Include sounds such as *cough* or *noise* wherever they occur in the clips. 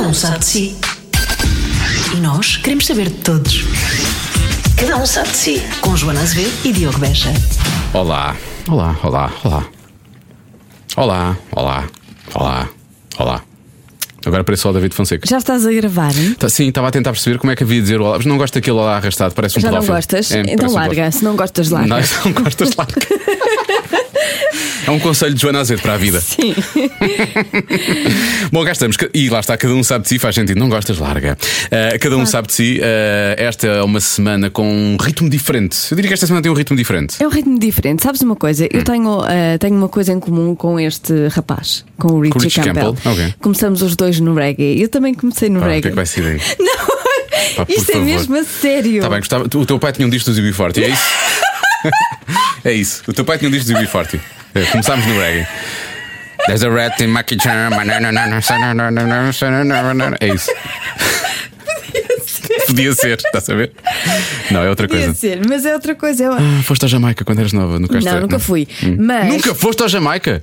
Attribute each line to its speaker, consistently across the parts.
Speaker 1: um sabe de si. E nós queremos saber de todos. Cada um sabe de si. Com Joana Azevedo e Diogo Beja.
Speaker 2: Olá, olá, olá, olá. Olá, olá, olá, olá. Agora parece só o David Fonseca.
Speaker 3: Já estás a gravar? hein?
Speaker 2: Tá- sim, estava a tentar perceber como é que havia de dizer olá. Mas não gosto daquele olá arrastado, parece um
Speaker 3: Já não
Speaker 2: pedófilo.
Speaker 3: gostas?
Speaker 2: É,
Speaker 3: então
Speaker 2: parece um
Speaker 3: larga. Se não gostas, larga.
Speaker 2: pedófilo. Não, *laughs* não gostas,
Speaker 3: *laughs*
Speaker 2: larga. É um conselho de Joana Azevedo para a vida.
Speaker 3: Sim.
Speaker 2: Bom, cá estamos. E lá está, cada um sabe de si, faz sentido. Não gostas, larga. Ah, cada um sabe de si. Ah, esta é uma semana com um ritmo diferente. Eu diria que esta semana tem um ritmo diferente.
Speaker 3: É um ritmo diferente. Sabes uma coisa?
Speaker 2: Hum.
Speaker 3: Eu tenho, ah, tenho uma coisa em comum com este rapaz, com o Richie,
Speaker 2: Richie
Speaker 3: Campbell.
Speaker 2: Campbell? Ok.
Speaker 3: Começamos os dois no reggae. Eu também comecei no
Speaker 2: Ah, o que
Speaker 3: reggae.
Speaker 2: é que vai ser daí?
Speaker 3: *laughs* Não!
Speaker 2: Pá, por
Speaker 3: Isto é
Speaker 2: favor.
Speaker 3: mesmo a sério.
Speaker 2: Tá bem, gostava. tu- O teu pai tinha um disco do Zubi Forte,
Speaker 3: *laughs*
Speaker 2: é isso? é isso. O teu pai tinha um disco do Zubi Forte. É, Começámos no reggae. There's a rat in my kitchen. É isso. Podia ser, estás a ver? Não, é outra
Speaker 3: Podia
Speaker 2: coisa.
Speaker 3: ser, mas é outra coisa. Eu-
Speaker 2: Ah, Foste à Jamaica quando eras nova, nunca
Speaker 3: Não, nunca fui. Mas
Speaker 2: Hum. Nunca foste à Jamaica?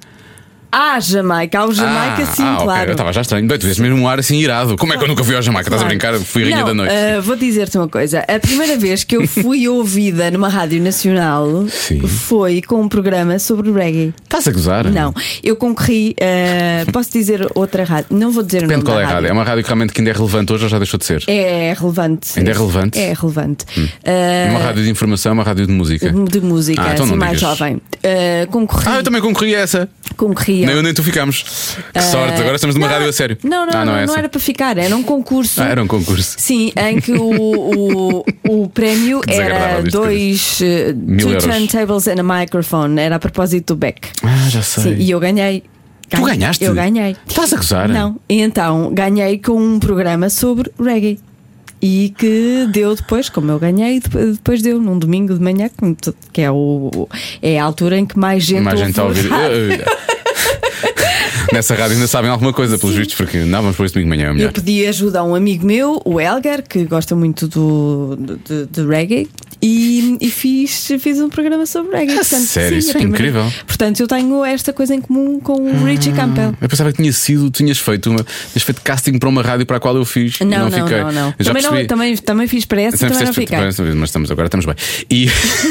Speaker 3: à Jamaica, ao Jamaica,
Speaker 2: ah,
Speaker 3: sim,
Speaker 2: ah, ok.
Speaker 3: claro.
Speaker 2: Eu estava já estranho. Bem, tu vês mesmo um ar assim irado. Como é que eu nunca fui à Jamaica? Estás a brincar? Fui rainha
Speaker 3: Não,
Speaker 2: da noite.
Speaker 3: ah, vou dizer-te uma coisa. A primeira vez
Speaker 2: *laughs*
Speaker 3: que eu fui ouvida numa rádio nacional
Speaker 2: Sim.
Speaker 3: foi com um programa sobre reggae.
Speaker 2: Estás a gozar?
Speaker 3: Não, eu concorri. ah, posso dizer outra rádio? Não vou dizer o
Speaker 2: Depende
Speaker 3: nome
Speaker 2: qual é
Speaker 3: da
Speaker 2: a rádio. É uma rádio que realmente que ainda é relevante hoje ou já deixou de ser?
Speaker 3: É relevante.
Speaker 2: Ainda é relevante?
Speaker 3: É relevante.
Speaker 2: É uma
Speaker 3: Ah,
Speaker 2: rádio de informação, é uma rádio de música.
Speaker 3: de música,
Speaker 2: Ah, então
Speaker 3: assim,
Speaker 2: não
Speaker 3: mais
Speaker 2: digas.
Speaker 3: jovem. Ah, concorri.
Speaker 2: Ah, eu também concorri a essa.
Speaker 3: concorri a-
Speaker 2: Nem eu nem tu ficámos. Que sorte,
Speaker 3: Ah,
Speaker 2: agora estamos numa
Speaker 3: não,
Speaker 2: rádio a sério.
Speaker 3: Não, não,
Speaker 2: Ah,
Speaker 3: não,
Speaker 2: é
Speaker 3: não
Speaker 2: essa.
Speaker 3: era para ficar, era um concurso.
Speaker 2: Ah, era um concurso.
Speaker 3: Sim, em que o, o,
Speaker 2: *laughs*
Speaker 3: o prémio
Speaker 2: Que desagradável
Speaker 3: era
Speaker 2: isto ter
Speaker 3: dois eh,
Speaker 2: Mil
Speaker 3: two
Speaker 2: euros.
Speaker 3: turntables and a microphone. Era a propósito do Beck.
Speaker 2: Ah, já sei.
Speaker 3: Sim, e eu ganhei.
Speaker 2: Tu
Speaker 3: Ganhei.
Speaker 2: ganhaste?
Speaker 3: Eu ganhei.
Speaker 2: Estás a gozar?
Speaker 3: Não, e então ganhei com um programa sobre reggae. E que deu depois, como eu ganhei, dep- depois deu num domingo de manhã, como tu- que é, o, é a altura em que mais gente
Speaker 2: Mais
Speaker 3: ouve Ah,
Speaker 2: gente está a ouvir.
Speaker 3: *laughs* rádio.
Speaker 2: Eu- eu- Nessa rádio ainda sabem alguma coisa, pelos vistos, porque não vamos pôr isso domingo de manhã, é
Speaker 3: Eu
Speaker 2: melhor.
Speaker 3: pedi ajuda a um amigo meu, o Elgar, que gosta muito do, do- de, de reggae, e, e fiz, fiz um programa sobre reggae. Portanto,
Speaker 2: sério?
Speaker 3: sim,
Speaker 2: Isso
Speaker 3: a
Speaker 2: é incrível. Ah,
Speaker 3: Portanto, eu tenho esta coisa em comum com o Richie Campbell.
Speaker 2: Eu pensava que tinha sido, tinhas feito, uma, tinhas feito casting para uma rádio para a qual eu fiz. e
Speaker 3: Não, não,
Speaker 2: fiquei.
Speaker 3: não, não.
Speaker 2: Eu Já
Speaker 3: Também, não-
Speaker 2: percebi.
Speaker 3: também, também fiz para essa e
Speaker 2: Sempre
Speaker 3: também não
Speaker 2: fizeste-
Speaker 3: fiquei.
Speaker 2: também- mas estamos agora, estamos bem. E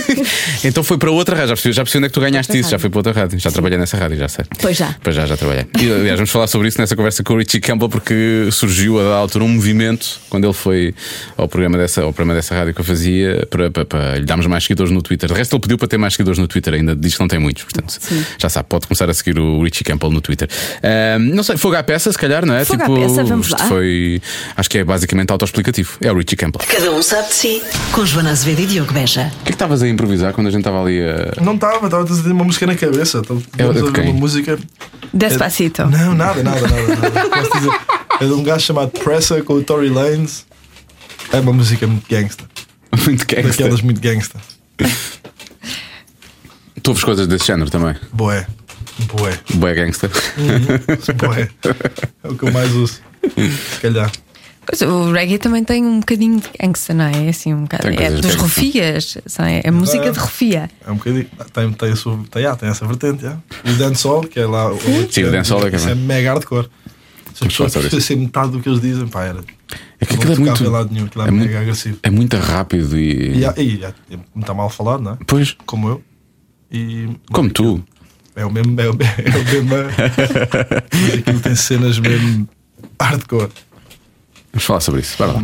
Speaker 2: *laughs* então foi para outra rádio, já percebi, já percebi onde é que tu ganhaste
Speaker 3: Outra
Speaker 2: isso, já
Speaker 3: rádio.
Speaker 2: foi para outra rádio, já trabalhei nessa rádio, já sei.
Speaker 3: Pois já.
Speaker 2: Pois já, já trabalhei. E, aliás, vamos falar sobre isso nessa conversa com o Richie Campbell, porque surgiu a dada altura um movimento, quando ele foi ao programa dessa, ao programa dessa rádio que eu fazia, para, para, para lhe darmos mais seguidores no Twitter. De resto, ele pediu para ter mais seguidores no Twitter, ainda diz que não tem muitos, portanto, já sabe, pode começar a seguir o Richie Campbell no Twitter. Ahm, não sei, fogo à peça, se calhar, não é?
Speaker 3: Fogo à peça, vamos
Speaker 2: isto
Speaker 3: lá.
Speaker 2: foi. Acho que é basicamente autoexplicativo. É o Richie Campbell.
Speaker 1: Cada um sabe de si. Com Joana Azevedo e Diogo Beja.
Speaker 2: O que é que estavas a improvisar quando a gente estava ali eh, a.
Speaker 4: Não estava, estava a ter assim, uma música na cabeça. Estava
Speaker 2: É o de
Speaker 4: a ouvir
Speaker 2: quem?
Speaker 4: uma música.
Speaker 3: Despacito.
Speaker 4: Não, nada, nada, nada. nada. Posso dizer, é de um gajo chamado Pressa com o Tory Lanez. É uma música muito gangsta.
Speaker 2: *laughs* Muito gangster.
Speaker 4: Daquelas muito gangsta.
Speaker 2: Tu ouves coisas desse género também.
Speaker 4: Boé. Boé.
Speaker 2: Boé gangster.
Speaker 4: Uhum. Boé. É o que eu mais uso. Se calhar.
Speaker 5: Pois, o reggae também tem um bocadinho de angst, não é? É Assim, um bocado,
Speaker 2: Tem
Speaker 5: é
Speaker 2: coisas
Speaker 5: dos
Speaker 2: de gangsta.
Speaker 5: rufias, são- é, é música de rufia.
Speaker 4: É um bocadinho. Tem, tem, a sua, tem, ah, tem essa vertente. Yeah. O dancehall, que é lá. o-
Speaker 2: Sim, o dancehall é que é
Speaker 4: isso
Speaker 2: bem.
Speaker 4: mega hardcore. Se as
Speaker 2: Vamos falar
Speaker 4: pessoas
Speaker 2: sobre
Speaker 4: percebessem metade do que eles dizem, pá, era.
Speaker 2: *laughs* É que
Speaker 4: não
Speaker 2: aquilo é
Speaker 4: tocava
Speaker 2: muito.
Speaker 4: em lado nenhum, aquilo é
Speaker 2: é,
Speaker 4: mega
Speaker 2: muito
Speaker 4: agressivo.
Speaker 2: é muito rápido e.
Speaker 4: E, há- e, há- é muito mal falado, não é?
Speaker 2: Pois,
Speaker 4: como eu. E
Speaker 2: como tu.
Speaker 4: é o mesmo. É o, me- é o mesmo. mas aquilo tem cenas mesmo hardcore.
Speaker 2: Vamos falar sobre isso. Bora lá.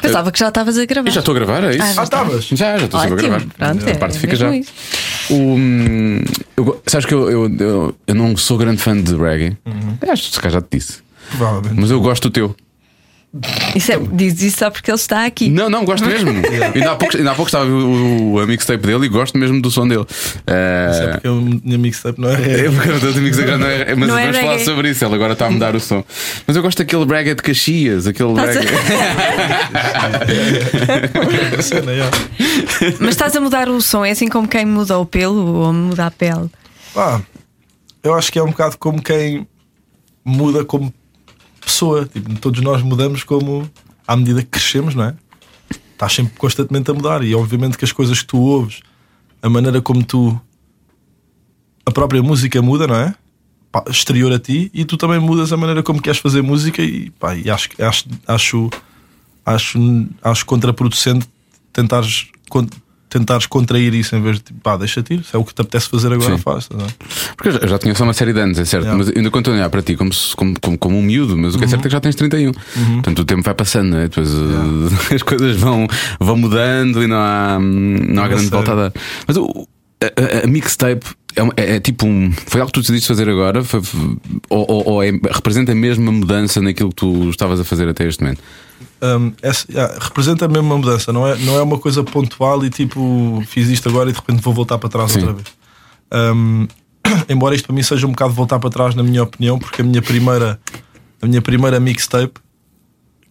Speaker 5: Pensava que já estavas a gravar.
Speaker 2: Eu já estou a gravar, é isso?
Speaker 5: Ah,
Speaker 4: Uhum. Ah, estavas!
Speaker 2: Já, já estou sempre a
Speaker 5: Ótimo,
Speaker 2: gravar.
Speaker 5: pronto,
Speaker 2: a parte
Speaker 5: é
Speaker 2: fica já.
Speaker 5: mesmo isso.
Speaker 2: O, hum, eu go- sabes que eu, eu, eu, eu não sou grande fã de reggae.
Speaker 4: Uhum.
Speaker 2: Acho que se calhar já te disse.
Speaker 4: Provavelmente.
Speaker 2: Mas eu gosto do teu.
Speaker 5: Isso é- diz isso só porque ele está aqui.
Speaker 2: Não, não, gosto
Speaker 4: *laughs*
Speaker 2: mesmo. ainda, há pouco, ainda há pouco estava a ver o, o, a mixtape dele e gosto mesmo do som dele. Eh,
Speaker 4: Isso é porque eu, minha mixtape não é
Speaker 2: É
Speaker 4: real.
Speaker 2: porque eu tenho amigos agora, não é, mas
Speaker 5: Não é
Speaker 2: vamos falar
Speaker 5: reggae.
Speaker 2: sobre isso. Ele agora está a mudar o som. Mas eu gosto daquele brega de Caxias, aquele
Speaker 5: Estás
Speaker 2: brega.
Speaker 4: A cena, é. yeah.
Speaker 5: Mas estás a mudar o som, é assim como quem muda o pelo ou muda a pele.
Speaker 4: Pá, eu acho que é um bocado como quem muda como pessoa. Tipo, todos nós mudamos como à medida que crescemos, não é? Estás sempre constantemente a mudar. E obviamente que as coisas que tu ouves, a maneira como tu. A própria música muda, não é? Pá, pá, exterior a ti e tu também mudas a maneira como queres fazer música e, pá, e acho, que- acho, acho, acho, acho contraproducente tentares, con- tentares contrair isso em vez de tipo, pá, deixa-te ir, se é o que te apetece fazer agora,
Speaker 2: Sim.
Speaker 4: faz. tá estás a ver?
Speaker 2: *laughs* Porque eu já- eu já tinha só uma série de anos, é certo?
Speaker 4: Yeah.
Speaker 2: Mas ainda quando estou a olhar para ti como, se- como, como, como um miúdo, mas
Speaker 5: Uhum.
Speaker 2: o que é certo é que já tens 31.
Speaker 4: Uhum.
Speaker 2: Portanto, o tempo vai passando, não é? Depois uh, *laughs* as coisas vão, vão mudando e não há, hum, não há
Speaker 4: É
Speaker 2: grande
Speaker 4: sério.
Speaker 2: volta a dar. Mas o, a, a- a mixtape. É, um- é- é tipo um. Foi algo que tu decidiste fazer agora? Foi- foi- ou ou- ou é- representa a mesma mudança naquilo que tu estavas a fazer até este momento?
Speaker 4: Hum, essa- yeah, representa mesmo uma mudança, não é, não é uma coisa pontual e tipo, fiz isto agora e de repente vou voltar para trás
Speaker 2: Sim.
Speaker 4: outra vez. Hum, *clears throat* embora isto para mim seja um bocado voltar para trás, na minha opinião, porque a minha primeira, a minha primeira mixtape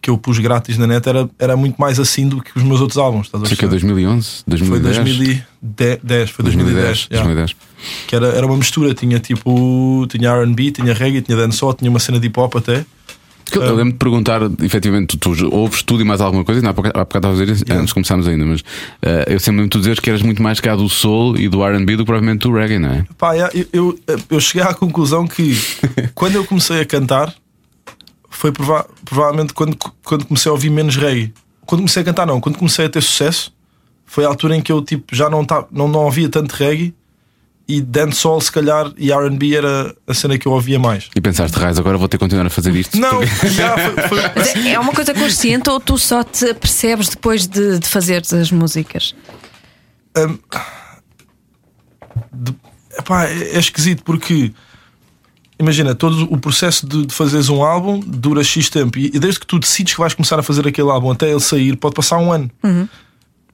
Speaker 4: que eu pus grátis na net era, era muito mais assim do que os meus outros álbuns. Estás a
Speaker 2: Sei que é
Speaker 4: perceber?
Speaker 2: 2011, 2010.
Speaker 4: foi 2010, foi 2010, yeah.
Speaker 2: 2010.
Speaker 4: que era, era uma mistura, tinha tipo, tinha RB, tinha reggae, tinha dancehall, tinha uma cena de hip hop até.
Speaker 2: Que
Speaker 4: Ah.
Speaker 2: Eu, eu lembro de perguntar, efetivamente, tu, tu ouves tudo e mais alguma coisa, ainda há pouco há bocado estava a dizer, isso, antes de começarmos ainda, mas eh, eu sempre lembro de tu dizeres que eras muito mais cá do soul e do RB do que provavelmente do reggae, não é?
Speaker 4: Pá, yeah, eu, eu, eu cheguei à conclusão que quando eu comecei a cantar foi prova- provavelmente quando, quando comecei a ouvir menos reggae. Quando comecei a cantar, não, quando comecei a ter sucesso foi a altura em que eu tipo, já não, tá, não, não ouvia tanto reggae e dancehall, se calhar, e RB era a cena que eu ouvia mais.
Speaker 2: E pensaste, raiz, agora vou ter que continuar a fazer isto.
Speaker 4: Não, yeah, foi- foi-
Speaker 3: Mas é uma coisa consciente ou tu só te percebes depois de, de fazer as músicas?
Speaker 4: Hum, Epá, é, é esquisito porque imagina, todo o processo de, de fazeres um álbum dura X tempo e, e desde que tu decides que vais começar a fazer aquele álbum até ele sair, pode passar um ano.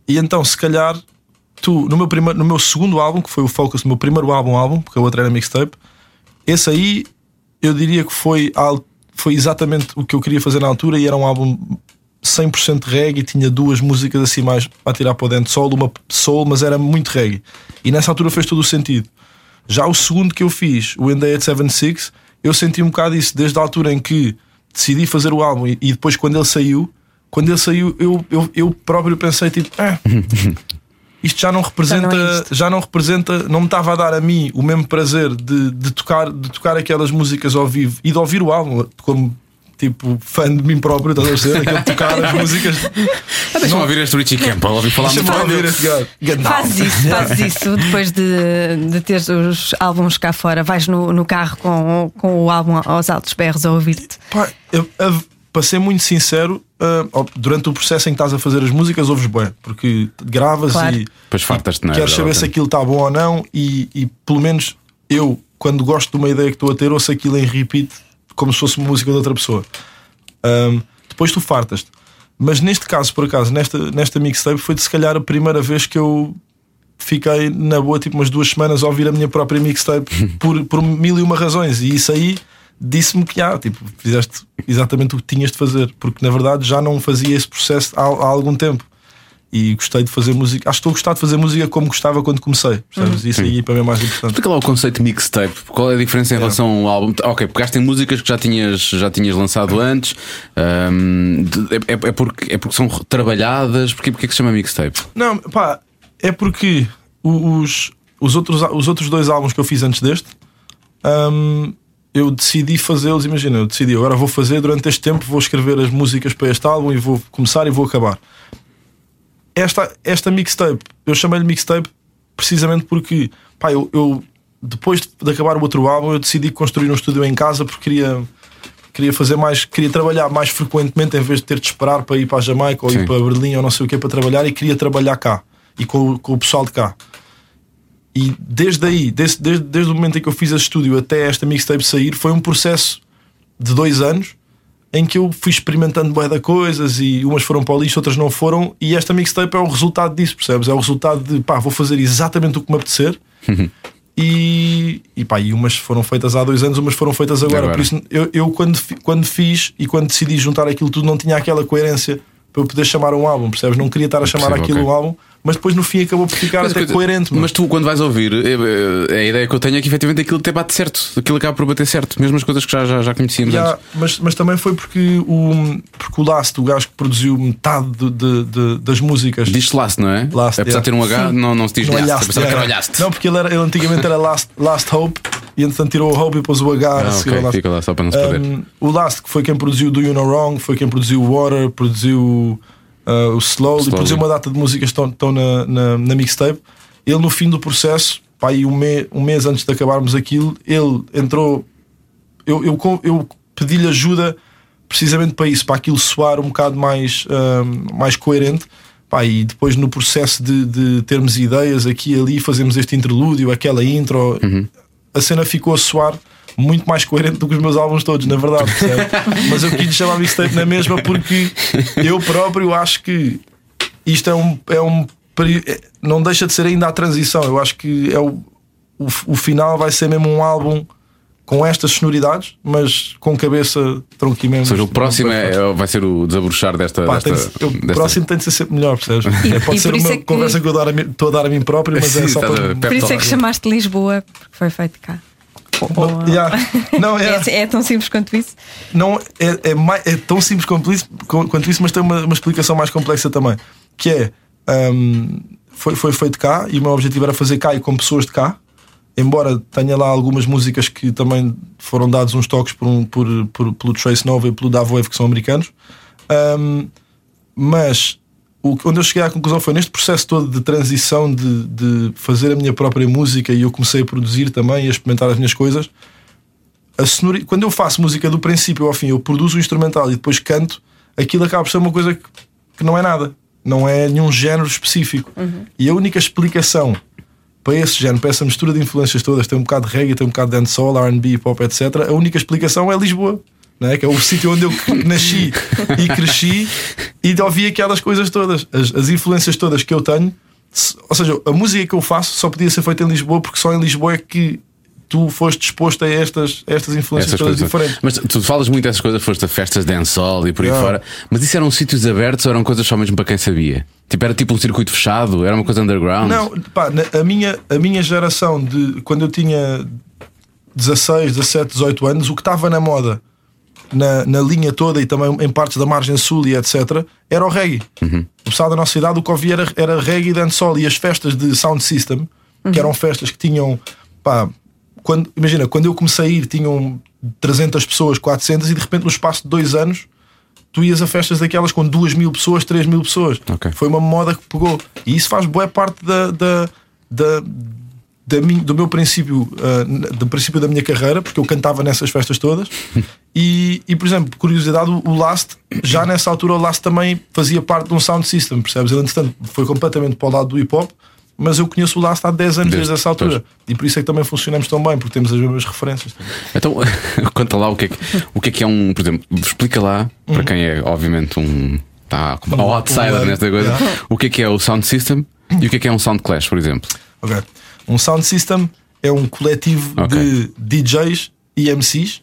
Speaker 4: E então, se calhar, tu, no meu, primeiro, no meu segundo álbum, que foi o Focus, no meu primeiro álbum, álbum porque o outro era mixtape, esse aí eu diria que foi, al- foi exatamente o que eu queria fazer na altura e era um álbum 100% reggae, tinha duas músicas assim mais a tirar para dentro, soul, uma soul, mas era muito reggae. E nessa altura fez todo o sentido. Já o segundo que eu fiz, o In the 876, eu senti um bocado isso desde a altura em que decidi fazer o álbum e, e depois quando ele saiu, quando ele saiu, eu, eu, eu próprio pensei tipo, "Ah, isto já não representa,
Speaker 3: Já não é
Speaker 4: já não,
Speaker 3: isto."
Speaker 4: representa, não me estava a dar a mim o mesmo prazer de, de tocar, de tocar aquelas músicas ao vivo e de ouvir o álbum como tipo fã de mim próprio, estás a perceber? Aquele tocar as músicas.
Speaker 2: Ah, Deixa-me ouvir este Richie Campbell, ouvi falar muito
Speaker 4: Deixa-me
Speaker 2: bem
Speaker 4: ouvir
Speaker 2: dele.
Speaker 4: esse gajo.
Speaker 3: Fazes isso, fazes isso depois de, de teres os álbuns cá fora. Vais no, no carro com, com o álbum aos altos berros a ouvir-te.
Speaker 4: Pá, eu- a- para ser muito sincero, ah, ó, durante o processo em que estás a fazer as músicas, ouves bem, porque gravas
Speaker 3: Claro.
Speaker 4: e
Speaker 2: Depois fartas-te, não é?
Speaker 4: queres saber se aquilo está bom ou não, e, e pelo menos eu, quando gosto de uma ideia que estou a ter, ouço aquilo em repeat como se fosse uma música de outra pessoa. Ahm, depois tu fartas-te. Mas neste caso, por acaso, nesta, nesta mixtape foi de se calhar a primeira vez que eu fiquei na boa tipo umas duas semanas a ouvir a minha própria mixtape por, por mil e uma razões. E isso aí disse-me que ah, tipo, fizeste exatamente o que tinhas de fazer, porque na verdade já não fazia esse processo há, há algum tempo. E gostei de fazer música. Acho que estou a gostar de fazer música como gostava quando comecei. Percebes? Isso aí para mim é mais importante.
Speaker 2: Explica lá o conceito de mixtape. Qual é a diferença em relação ao álbum? Ok, pegaste em músicas que já tinhas, já tinhas lançado antes. ahm, de- é, é- é porque, é porque são trabalhadas. Porquê, porquê que se chama mixtape?
Speaker 4: Não, pá, é porque o- os, os, outros, os outros dois álbuns que eu fiz antes deste, hum, eu decidi fazê-los. Imagina, eu decidi agora vou fazer durante este tempo, vou escrever as músicas para este álbum e vou começar e vou acabar. Esta, esta mixtape, eu chamei-lhe mixtape precisamente porque, pá, eu, eu depois de, de acabar o outro álbum, eu decidi construir um estúdio em casa porque queria. Queria fazer mais, queria trabalhar mais frequentemente em vez de ter de esperar para ir para a Jamaica ou
Speaker 2: Sim.
Speaker 4: ir para Berlim ou não sei o que para trabalhar e queria trabalhar cá e com, o- com o pessoal de cá. E desde aí, desde, desde, desde o momento em que eu fiz esse estúdio até esta mixtape sair, foi um processo de dois anos em que eu fui experimentando bué da coisas e umas foram para o lixo, outras não foram. E esta mixtape é o resultado disso, percebes? É o resultado de pá, vou fazer exatamente o que me
Speaker 2: *laughs*
Speaker 4: apetecer. E, e pá, e umas foram feitas há dois anos, umas foram feitas agora.
Speaker 2: Agora.
Speaker 4: Por isso, eu, eu quando, fi- quando fiz e quando decidi juntar aquilo tudo, não tinha aquela coerência para eu poder chamar um álbum, percebes? Não queria estar a chamar
Speaker 2: percebo,
Speaker 4: aquilo
Speaker 2: ok.
Speaker 4: um álbum, mas depois no fim acabou por ficar
Speaker 2: Mas
Speaker 4: até
Speaker 2: coisa-
Speaker 4: é coerente. mano.
Speaker 2: Mas tu, quando vais ouvir, eh, eh, a ideia que eu tenho é que efetivamente aquilo até bate certo. Aquilo acaba por bater certo. Mesmo as coisas que já, já, já conhecíamos
Speaker 4: Yeah,
Speaker 2: antes.
Speaker 4: mas, mas também foi porque o, porque o Last, o gajo que produziu metade de- de- de- das músicas.
Speaker 2: Diz-se last, não é?
Speaker 4: Last,
Speaker 2: Apesar
Speaker 4: yeah.
Speaker 2: de ter um H, não, não se diz
Speaker 4: Não é
Speaker 2: last.
Speaker 4: Last,
Speaker 2: Apesar que era
Speaker 4: yeah.
Speaker 2: last.
Speaker 4: Não, porque ele, era- ele antigamente era Last, last Hope e entretanto tirou o Hope e pôs o H
Speaker 2: Ah,
Speaker 4: a seguir
Speaker 2: ok,
Speaker 4: ao Last.
Speaker 2: fica lá só para não se perder.
Speaker 4: Um, o Last, que foi quem produziu Do You Know Wrong, foi quem produziu o Water, produziu uh, o Slowly,
Speaker 2: Slowly.
Speaker 4: produziu uma data de músicas que estão, estão na, na, na mixtape. Ele, no fim do processo, pá, aí um, me- um mês antes de acabarmos aquilo, ele entrou. Eu, eu, co- eu pedi-lhe ajuda precisamente para isso, para aquilo soar um bocado mais, um, mais coerente. Pá, e depois, no processo de, de termos ideias aqui e ali, fazemos este interlúdio, aquela intro,
Speaker 2: Uhum.
Speaker 4: a cena ficou a soar muito mais coerente do que os meus álbuns todos, na verdade.
Speaker 3: *laughs*
Speaker 4: percebe? Mas eu quis chamar mixtape na mesma porque eu próprio acho que isto é um. É um peri- é- não deixa de ser ainda a transição. Eu acho que é o, o, f- o final vai ser mesmo um álbum com estas sonoridades, mas com cabeça, tronco e
Speaker 2: Ou
Speaker 4: membros.
Speaker 2: seja, o próximo é- é- vai ser o desabrochar desta.
Speaker 4: Pá,
Speaker 2: desta,
Speaker 4: tem de ser- o
Speaker 2: desta- *laughs*
Speaker 4: próximo tem de ser sempre melhor, percebes?
Speaker 3: E-
Speaker 4: Pode
Speaker 3: e
Speaker 4: ser
Speaker 3: por isso
Speaker 4: uma
Speaker 3: é que-
Speaker 4: conversa que eu dar a mim- estou a dar a mim próprio, mas
Speaker 2: Sim,
Speaker 4: é só
Speaker 2: estás a
Speaker 4: para.
Speaker 2: ver,
Speaker 3: Por isso é que
Speaker 2: Talk.
Speaker 3: chamaste Lisboa, porque foi feito cá.
Speaker 4: Oh, yeah. Não, é.
Speaker 3: *laughs* É, é tão simples quanto isso.
Speaker 4: não é, é mai- é tão simples quanto isso, co- quanto isso, mas tem uma, uma explicação mais complexa também. Que é hum, foi, foi feito cá e o meu objetivo era fazer cá e com pessoas de cá. Embora tenha lá algumas músicas que também foram dados uns toques por um, por, por- pelo Trace Nova e pelo Davewave, que são americanos. Hum, mas o, onde eu cheguei à conclusão foi neste processo todo de transição de, de fazer a minha própria música e eu comecei a produzir também e a experimentar as minhas coisas a sonori- quando eu faço música do princípio ao fim, eu produzo o instrumental e depois canto, aquilo acaba por ser uma coisa que, que não é nada, não é nenhum género específico. E a única explicação para esse género, para essa mistura de influências todas, tem um bocado de reggae, tem um bocado de dancehall, RB, pop, etc. A única explicação é Lisboa. Não é? Que é o *laughs* sítio onde eu nasci e cresci e ouvi aquelas coisas todas. As, as influências todas que eu tenho, se- ou seja, a música que eu faço só podia ser feita em Lisboa, porque só em Lisboa é que tu foste disposto a estas, estas influências
Speaker 2: Essas
Speaker 4: todas
Speaker 2: coisas.
Speaker 4: diferentes.
Speaker 2: Mas tu falas muito dessas coisas, foste a festas de dancehall e por aí
Speaker 4: Não.
Speaker 2: fora. Mas isso eram sítios abertos ou eram coisas só mesmo para quem sabia? Tipo, era tipo um circuito fechado? Era uma coisa underground?
Speaker 4: Não, pá, na- a, minha, a minha geração de quando eu tinha 16, 17, 18 anos, o que estava na moda na, na linha toda e também em partes da margem sul e etc., era o reggae. O pessoal da nossa idade o que ouvia era, era reggae e dancehall e as festas de sound system, que eram festas que tinham. Pá, quando, imagina, quando eu comecei a ir, tinham 300 pessoas, 400, e de repente, no espaço de dois anos, tu ias a festas daquelas com 2 mil pessoas, 3 mil pessoas.
Speaker 2: Ok.
Speaker 4: Foi uma moda que pegou. E isso faz boa parte da, da, da, da min- do meu princípio, ah, do princípio da minha carreira, porque eu cantava nessas festas todas. e, e, por exemplo, curiosidade, o o Last, já nessa altura, o Last também fazia parte de um sound system, percebes? Ele, entretanto, foi completamente para o lado do hip hop. Mas eu conheço o Last há 10 anos
Speaker 2: Desde-
Speaker 4: desde essa altura. E por isso é que também funcionamos tão bem, porque temos as mesmas referências.
Speaker 2: Então, *laughs* conta lá o que é que, o que, é, que é um. Por exemplo, explica lá para quem é, obviamente, um. Tá, um
Speaker 4: Um-
Speaker 2: outsider
Speaker 4: um-
Speaker 2: nesta coisa.
Speaker 4: yeah.
Speaker 2: O que é que é o sound system e o que é que é um sound clash, por exemplo?
Speaker 4: Ok. Um sound system é um coletivo
Speaker 2: Ok.
Speaker 4: de DJs e MCs.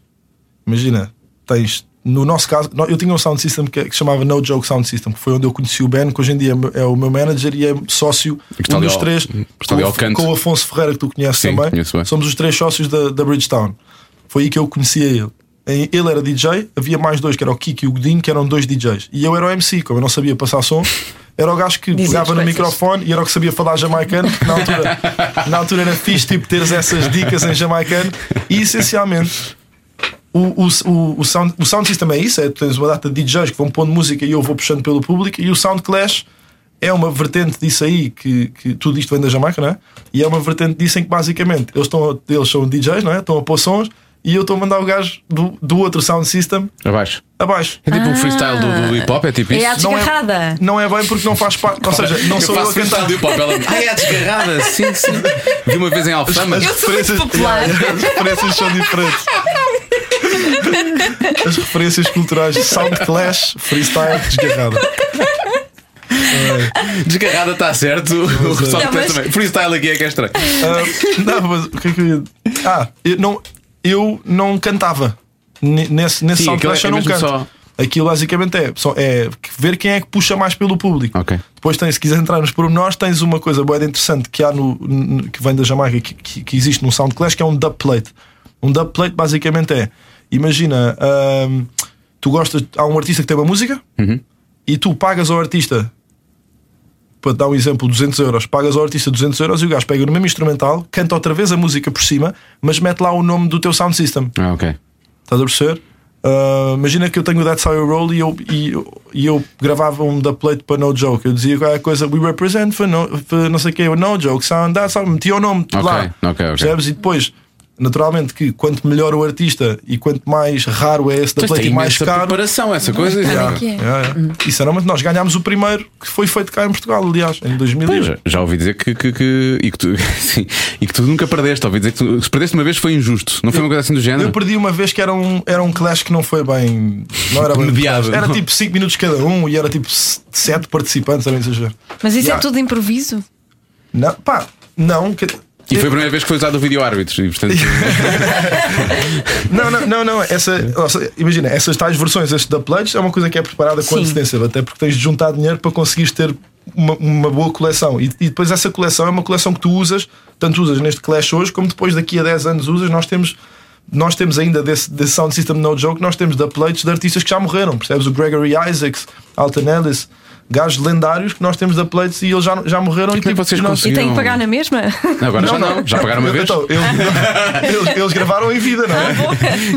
Speaker 4: Imagina, tens. No nosso caso, nó- eu tinha um sound system que que se chamava No Joke Sound System, que foi onde eu conheci o Ben, que hoje em dia é meu- é o meu manager e é sócio
Speaker 2: Que está
Speaker 4: um
Speaker 2: ali
Speaker 4: dos
Speaker 2: ao-
Speaker 4: três,
Speaker 2: que está
Speaker 4: com,
Speaker 2: ali
Speaker 4: o
Speaker 2: ao
Speaker 4: F-
Speaker 2: canto.
Speaker 4: com o Afonso Ferreira, que tu conheces
Speaker 2: Sim,
Speaker 4: também.
Speaker 2: conheço bem.
Speaker 4: Somos os três sócios da, da Bridgestone. Foi aí que eu conhecia ele. Em- Ele era DJ, havia mais dois, que era o Kiki e o Godinho, que eram dois DJs. E eu era o MC, como eu não sabia passar som, era o gajo que
Speaker 3: Dizia
Speaker 4: pegava
Speaker 3: as
Speaker 4: no
Speaker 3: coisas.
Speaker 4: microfone e era o que sabia falar jamaicano, porque na altura, na altura era fixe tipo, teres essas dicas em jamaicano. E essencialmente, o, o, o, o, sound, o sound system é isso: é, tu tens uma data de DJs que vão pondo música e eu vou puxando pelo público, e o Sound Clash é uma vertente disso aí, que, que tudo isto vem da Jamaica, não é? E é uma vertente disso em que basicamente eles, estão, a- eles são DJs, não é? Estão a pôr sons e eu estou a mandar o gajo do, do outro sound system
Speaker 2: Abaixo.
Speaker 4: abaixo.
Speaker 2: É tipo um freestyle do, do hip hop, é tipo
Speaker 3: É
Speaker 2: isso.
Speaker 3: a desgarrada.
Speaker 4: Não é bem porque não faz parte, ou seja, não sou eu a cantar.
Speaker 2: hip hop. Ela, ai, é desgarrada, sim, sim. Vi uma vez em Alfama.
Speaker 4: As
Speaker 3: Eu sou muito
Speaker 4: referências-
Speaker 3: popular.
Speaker 4: Yeah, *laughs* yeah, as referências são diferentes. As referências culturais Sound Clash, freestyle, desgarrada.
Speaker 2: Desgarrada está certo. O sound
Speaker 3: Não,
Speaker 2: clash
Speaker 3: mas-
Speaker 2: também. Freestyle aqui é que é estranho.
Speaker 4: Ah, não, mas o que é que eu ia. Ah, eu não, eu não cantava. N- Nesse, nesse
Speaker 2: Sim,
Speaker 4: sound
Speaker 2: aquilo
Speaker 4: clash
Speaker 2: é
Speaker 4: eu não
Speaker 2: mesmo
Speaker 4: canto.
Speaker 2: só-
Speaker 4: Aquilo basicamente é, só- é ver quem é que puxa mais pelo público.
Speaker 2: Ok.
Speaker 4: Depois tens, se quiser entrar nos pormenores, tens uma coisa boa interessante que há no, n- que vem da Jamaica que, que- que existe num sound clash que é um dub plate. Um dub plate basicamente é: imagina, ahm, tu gostas, há um artista que tem uma música e tu pagas ao artista para dar um exemplo, 200 euros, pagas ao artista 200 euros e o gajo pega no mesmo instrumental, canta outra vez a música por cima, mas mete lá o nome do teu sound system.
Speaker 2: Ah, ok.
Speaker 4: Estás a perceber? Ah, imagina que eu tenho o That's How You Roll e eu, e, eu- e eu gravava um da plate para No Joke. Eu dizia qualquer coisa, we represent for no, for não sei o que, No Joke, sound, that's how, metia o nome tudo
Speaker 2: Ok,
Speaker 4: lá.
Speaker 2: ok, ok.
Speaker 4: Percebes? E depois, naturalmente, que quanto melhor o artista e quanto mais raro é esse da
Speaker 2: Mas
Speaker 4: plate e
Speaker 2: tem
Speaker 4: mais
Speaker 2: essa
Speaker 4: caro.
Speaker 2: preparação, essa coisa.
Speaker 3: Como
Speaker 2: Já,
Speaker 3: é que é?
Speaker 4: Yeah, yeah. E sinceramente, nós ganhámos o primeiro que foi feito cá em Portugal, aliás, em 2000.
Speaker 2: Pois, já- já ouvi dizer que, que- que- e que tu, *laughs* sim, e que tu nunca perdeste. Ouvi dizer que tu- se perdeste uma vez foi injusto. Não foi uma coisa assim do género?
Speaker 4: Eu perdi uma vez que era um, era um clash que não foi bem. Não era bem.
Speaker 2: Mediado.
Speaker 4: Era tipo 5 minutos cada um e era tipo 7 participantes, a exagero.
Speaker 3: Mas isso é
Speaker 4: Yeah.
Speaker 3: tudo improviso?
Speaker 4: Não, pá, não. que-
Speaker 2: E foi a primeira vez que foi usado o vídeo árbitro. E,
Speaker 4: *laughs*
Speaker 2: portanto,
Speaker 4: Não, não, não, não. Essa, nossa, imagina, essas tais versões, este da Pledge, é uma coisa que é preparada com
Speaker 3: Sim.
Speaker 4: antecedência, até porque tens de juntar dinheiro para conseguires ter uma, uma boa coleção. E, e depois essa coleção é uma coleção que tu usas, tanto usas neste Clash hoje, como depois daqui a 10 anos usas, nós temos. Nós temos ainda desse, desse Sound System No Joke, nós temos da plates de artistas que já morreram, percebes? O Gregory Isaacs, Alton Ellis, gajos lendários que nós temos da plates e tipo, eles já, já morreram.
Speaker 2: como é que vocês
Speaker 4: nós-
Speaker 3: E tenho
Speaker 2: Não.
Speaker 3: que pagar na mesma?
Speaker 2: não, agora já não. Já pagaram uma vez.
Speaker 4: Então, eles, eles- eles gravaram em vida, não é?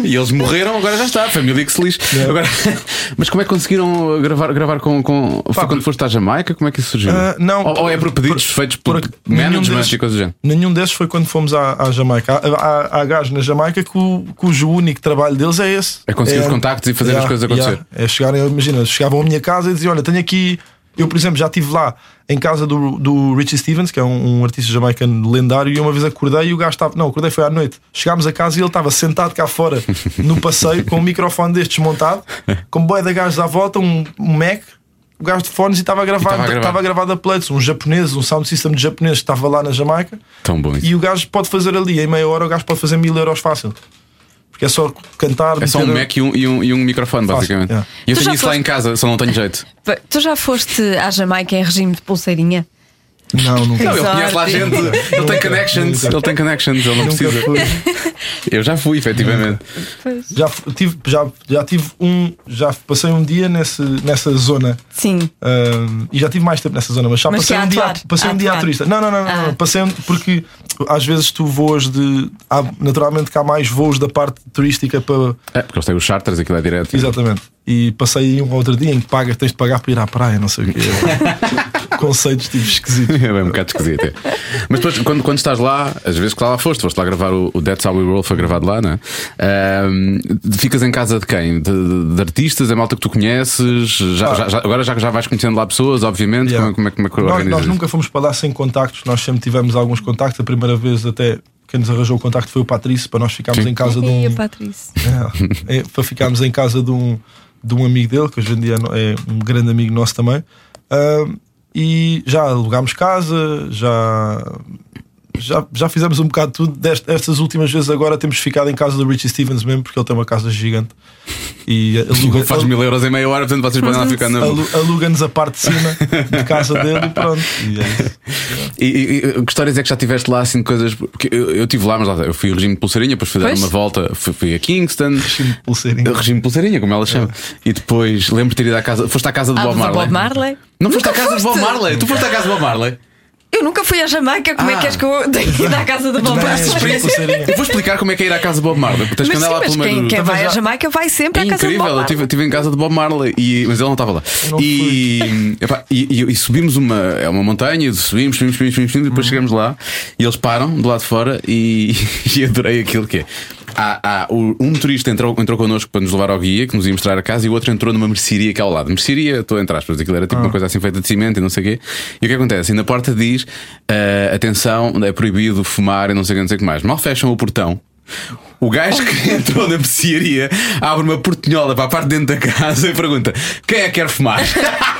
Speaker 2: E eles morreram, agora já está. a Família que se lixe. Agora, *laughs* mas como é que conseguiram gravar, gravar com. com foi quando foste à Jamaica? Como é que isso surgiu?
Speaker 4: Ah, não.
Speaker 2: ou, ou é por pedidos
Speaker 4: Por-
Speaker 2: feitos por,
Speaker 4: por- nenhum
Speaker 2: management
Speaker 4: deles-
Speaker 2: e coisas do género?
Speaker 4: Nenhum desses foi quando fomos à, à Jamaica. Há, há, há gajos na Jamaica cu- cujo único trabalho deles é esse.
Speaker 2: É conseguir os contactos e fazer as coisas acontecer.
Speaker 4: É chegarem, imagina, chegavam à minha casa e diziam: Olha, tenho aqui. Eu, por exemplo, já estive lá em casa do, do Richie Stevens, que é um, um artista jamaicano lendário, e uma vez acordei e o gajo estava. Não, acordei foi à noite. Chegámos a casa e ele estava sentado cá fora no passeio com um microfone destes montado, com boia de gajos à volta, um, um Mac, o gajo de fones e estava a gravar,
Speaker 2: estava a gravar.
Speaker 4: estava a gravar da Plates, um japonês, um sound system de japonês que estava lá na Jamaica.
Speaker 2: Tão bom isso.
Speaker 4: E o gajo pode fazer ali, em meia hora, o gajo pode fazer mil euros fácil. Porque é só cantar.
Speaker 2: É só um
Speaker 4: meter-
Speaker 2: Mac e um, e um, e um microfone, basicamente.
Speaker 4: yeah.
Speaker 2: E eu
Speaker 3: Tu já
Speaker 2: tenho isso lá
Speaker 3: foste-
Speaker 2: em casa, só não tenho jeito.
Speaker 3: Pa- Tu já foste à Jamaica em regime de pulseirinha?
Speaker 4: Não, nunca.
Speaker 2: Não, ele
Speaker 3: Sorte.
Speaker 2: conhece lá
Speaker 4: *laughs*
Speaker 2: gente. Ele tem connections. Ele tem connections, ele não
Speaker 4: Nunca
Speaker 2: precisa.
Speaker 4: fui.
Speaker 2: Eu já fui, efetivamente.
Speaker 4: Já fu- tive, já, já tive um. Já passei um dia nesse, nessa zona.
Speaker 3: Sim.
Speaker 4: ahm, e já tive mais tempo nessa zona, mas já
Speaker 3: Mas
Speaker 4: passei
Speaker 3: que é
Speaker 4: um
Speaker 3: a
Speaker 4: dia,
Speaker 3: atuar,
Speaker 4: passei
Speaker 3: a
Speaker 4: um dia a
Speaker 3: atuar.
Speaker 4: turista. Não, não, não, não,
Speaker 3: Ah.
Speaker 4: não, Passei um, porque às vezes tu voas de. há- naturalmente que há mais voos da parte turística para.
Speaker 2: É, porque eles têm os charters, aquilo é direto.
Speaker 4: Exatamente. E passei um outro dia em que pagas, tens de pagar para ir à praia, não
Speaker 3: *laughs*
Speaker 4: sei o quê. Conceitos tipo esquisitos.
Speaker 2: *laughs* É um bocado esquisito. é. Mas depois, quando, quando estás lá, às vezes que lá, lá foste, foste lá gravar o, o That's How We Roll, foi gravado lá, não é? Ahm, ficas em casa de quem? De, de- de artistas, da malta que tu conheces? Já-
Speaker 4: Ah.
Speaker 2: já- já- agora já, já vais conhecendo lá pessoas, obviamente.
Speaker 4: Yeah.
Speaker 2: Como, é- como é como é que
Speaker 4: nós,
Speaker 2: organizas?
Speaker 4: nós nunca fomos para lá sem contactos, nós sempre tivemos alguns contactos. A primeira vez, até quem nos arranjou o contacto foi o Patrício, para nós ficarmos
Speaker 2: Sim.
Speaker 4: em casa de um.
Speaker 3: E a Patrícia?
Speaker 4: É, é, para ficarmos em casa de um, de um amigo dele, que hoje em dia é no- é um grande amigo nosso também. Ahm, e já alugámos casa, já, já, já fizemos um bocado de tudo. Dest- estas últimas vezes agora temos ficado em casa do Richie Stevens mesmo, porque ele tem uma casa gigante.
Speaker 2: *laughs*
Speaker 4: E eh, aluga,
Speaker 2: Faz mil euros em meia hora, portanto vocês podem lá ficar na.
Speaker 4: alu- aluga-nos a parte de cima de casa dele e pronto. E é isso.
Speaker 2: E, e, e que histórias é que já tiveste lá assim de coisas? Porque eu, eu tive lá, mas lá, está, eu fui ao regime de pulseirinha, depois fui dar
Speaker 3: Pois.
Speaker 2: uma volta, fui, fui a Kingston.
Speaker 4: Regime de pulseirinha.
Speaker 2: Regime de pulseirinha, como ela chama. E depois lembro de ter ido à casa. Foste à casa do
Speaker 3: Ah,
Speaker 2: Bob
Speaker 3: do
Speaker 2: Marley.
Speaker 3: Bob Marley?
Speaker 2: Não foste à
Speaker 3: Nunca
Speaker 2: casa do Bob
Speaker 3: foste.
Speaker 2: Marley? Tu foste à casa do Bob Marley?
Speaker 3: Eu nunca fui à Jamaica, como é
Speaker 2: Ah.
Speaker 3: que és que eu tenho que ir à casa do Bob
Speaker 4: Regime de
Speaker 3: Marley?
Speaker 4: pulseirinha.
Speaker 2: Eu vou explicar como é que é ir à casa do Bob Marley. Porque tens que
Speaker 3: Mas
Speaker 2: andar
Speaker 3: sim,
Speaker 2: lá
Speaker 3: Então, mas
Speaker 2: pelo meio
Speaker 3: quem,
Speaker 2: do-
Speaker 3: quem vai à
Speaker 4: já-
Speaker 3: Jamaica vai sempre
Speaker 2: É
Speaker 3: à casa do
Speaker 2: incrível,
Speaker 3: Bob
Speaker 2: eu estive
Speaker 3: Marley.
Speaker 2: estive em casa do Bob Marley, e, mas ele não estava lá.
Speaker 4: não
Speaker 2: E, epá, e, e- e subimos uma, é uma montanha, subimos, subimos, subimos, subimos, subimos, e depois chegamos lá e eles param do lado de fora e, *laughs* e adorei aquilo que é. Há, há o- um turista entrou, entrou connosco para nos levar ao guia, que nos ia mostrar a casa, e o outro entrou numa mercearia que há ao lado. Mercearia, estou entre aspas, aquilo era tipo uma coisa assim feita de cimento e não sei o quê. E o que acontece? E na porta diz: ah, atenção, é proibido fumar e não sei o que, não sei o que mais. Mal fecham o portão. O gajo que *laughs* entrou na mercearia abre uma portinhola para a parte de dentro da casa e pergunta: quem é que quer fumar? *laughs*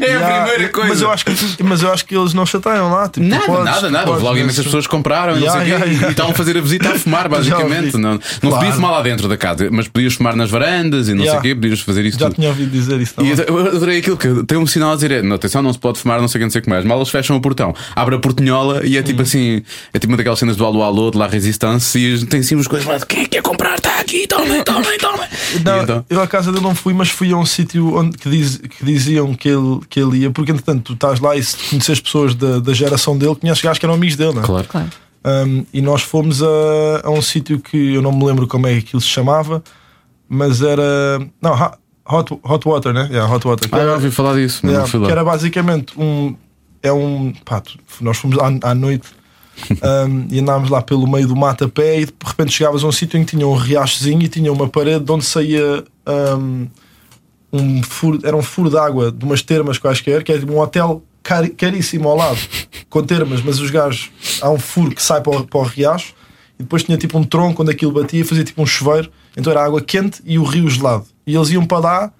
Speaker 2: é a
Speaker 4: Já-
Speaker 2: primeira coisa.
Speaker 4: Mas eu acho que, mas eu acho que eles não chateiam lá. Tipo, tu
Speaker 2: Nada,
Speaker 4: podes-
Speaker 2: nada,
Speaker 4: tu
Speaker 2: nada.
Speaker 4: podes,
Speaker 2: Houve logo
Speaker 4: mas-
Speaker 2: imensas pessoas que compraram e
Speaker 4: Yeah,
Speaker 2: não sei o
Speaker 4: yeah,
Speaker 2: quê,
Speaker 4: yeah.
Speaker 2: e estavam a fazer a visita a
Speaker 4: *laughs*
Speaker 2: fumar, basicamente.
Speaker 4: ouvi.
Speaker 2: Não, não se podia
Speaker 4: Claro.
Speaker 2: fumar lá dentro da casa, mas podias fumar nas varandas e não
Speaker 4: Yeah.
Speaker 2: sei o quê, podias fazer isso
Speaker 4: Já
Speaker 2: tudo.
Speaker 4: tinha ouvido dizer isso
Speaker 2: E
Speaker 4: também.
Speaker 2: eu adorei aquilo que tem um sinal a dizer: é, não, atenção, não se pode fumar, não sei o que, não sei o que mais. Mal eles fecham o portão, abre a portinhola e é
Speaker 4: Hum.
Speaker 2: tipo assim: é tipo uma daquelas cenas do alô alô, de lá resistência e tem assim umas coisas lá. de, Quem é que quer comprar? Está aqui, tomem, tomem, tomem. E
Speaker 4: *laughs* Não,
Speaker 2: então,
Speaker 4: Eu à casa dele não fui, mas fui a um sítio onde que, diz- que diziam que ele, ele, que ele ia, porque entretanto tu estás lá e se conheces pessoas da, da geração dele, conheces gajos que eram amigos dele, não é?
Speaker 2: Claro.
Speaker 6: Claro.
Speaker 4: Um, e nós fomos a, a um sítio que eu não me lembro como é que aquilo se chamava, mas era. Não, Ha- Hot, hot Water, né? Yeah, hot water.
Speaker 2: Ah, já ouvi falar disso, mas
Speaker 4: Yeah,
Speaker 2: não fui
Speaker 4: É, que
Speaker 2: lá.
Speaker 4: era basicamente um. É um. Pá, tu- nós fomos à,
Speaker 2: *laughs*
Speaker 4: à noite um, e andámos lá pelo meio do mato a pé e de repente chegavas a um sítio em que tinha um riachozinho e tinha uma parede de onde saía. Um, um furo, era um furo de água de umas termas quaisquer, que é tipo um hotel cari- caríssimo ao lado, com termas, mas os gajos. Há um furo que sai para o, para o riacho e depois tinha tipo um tronco onde aquilo batia, fazia tipo um chuveiro, então era água quente e o rio gelado. E eles iam para lá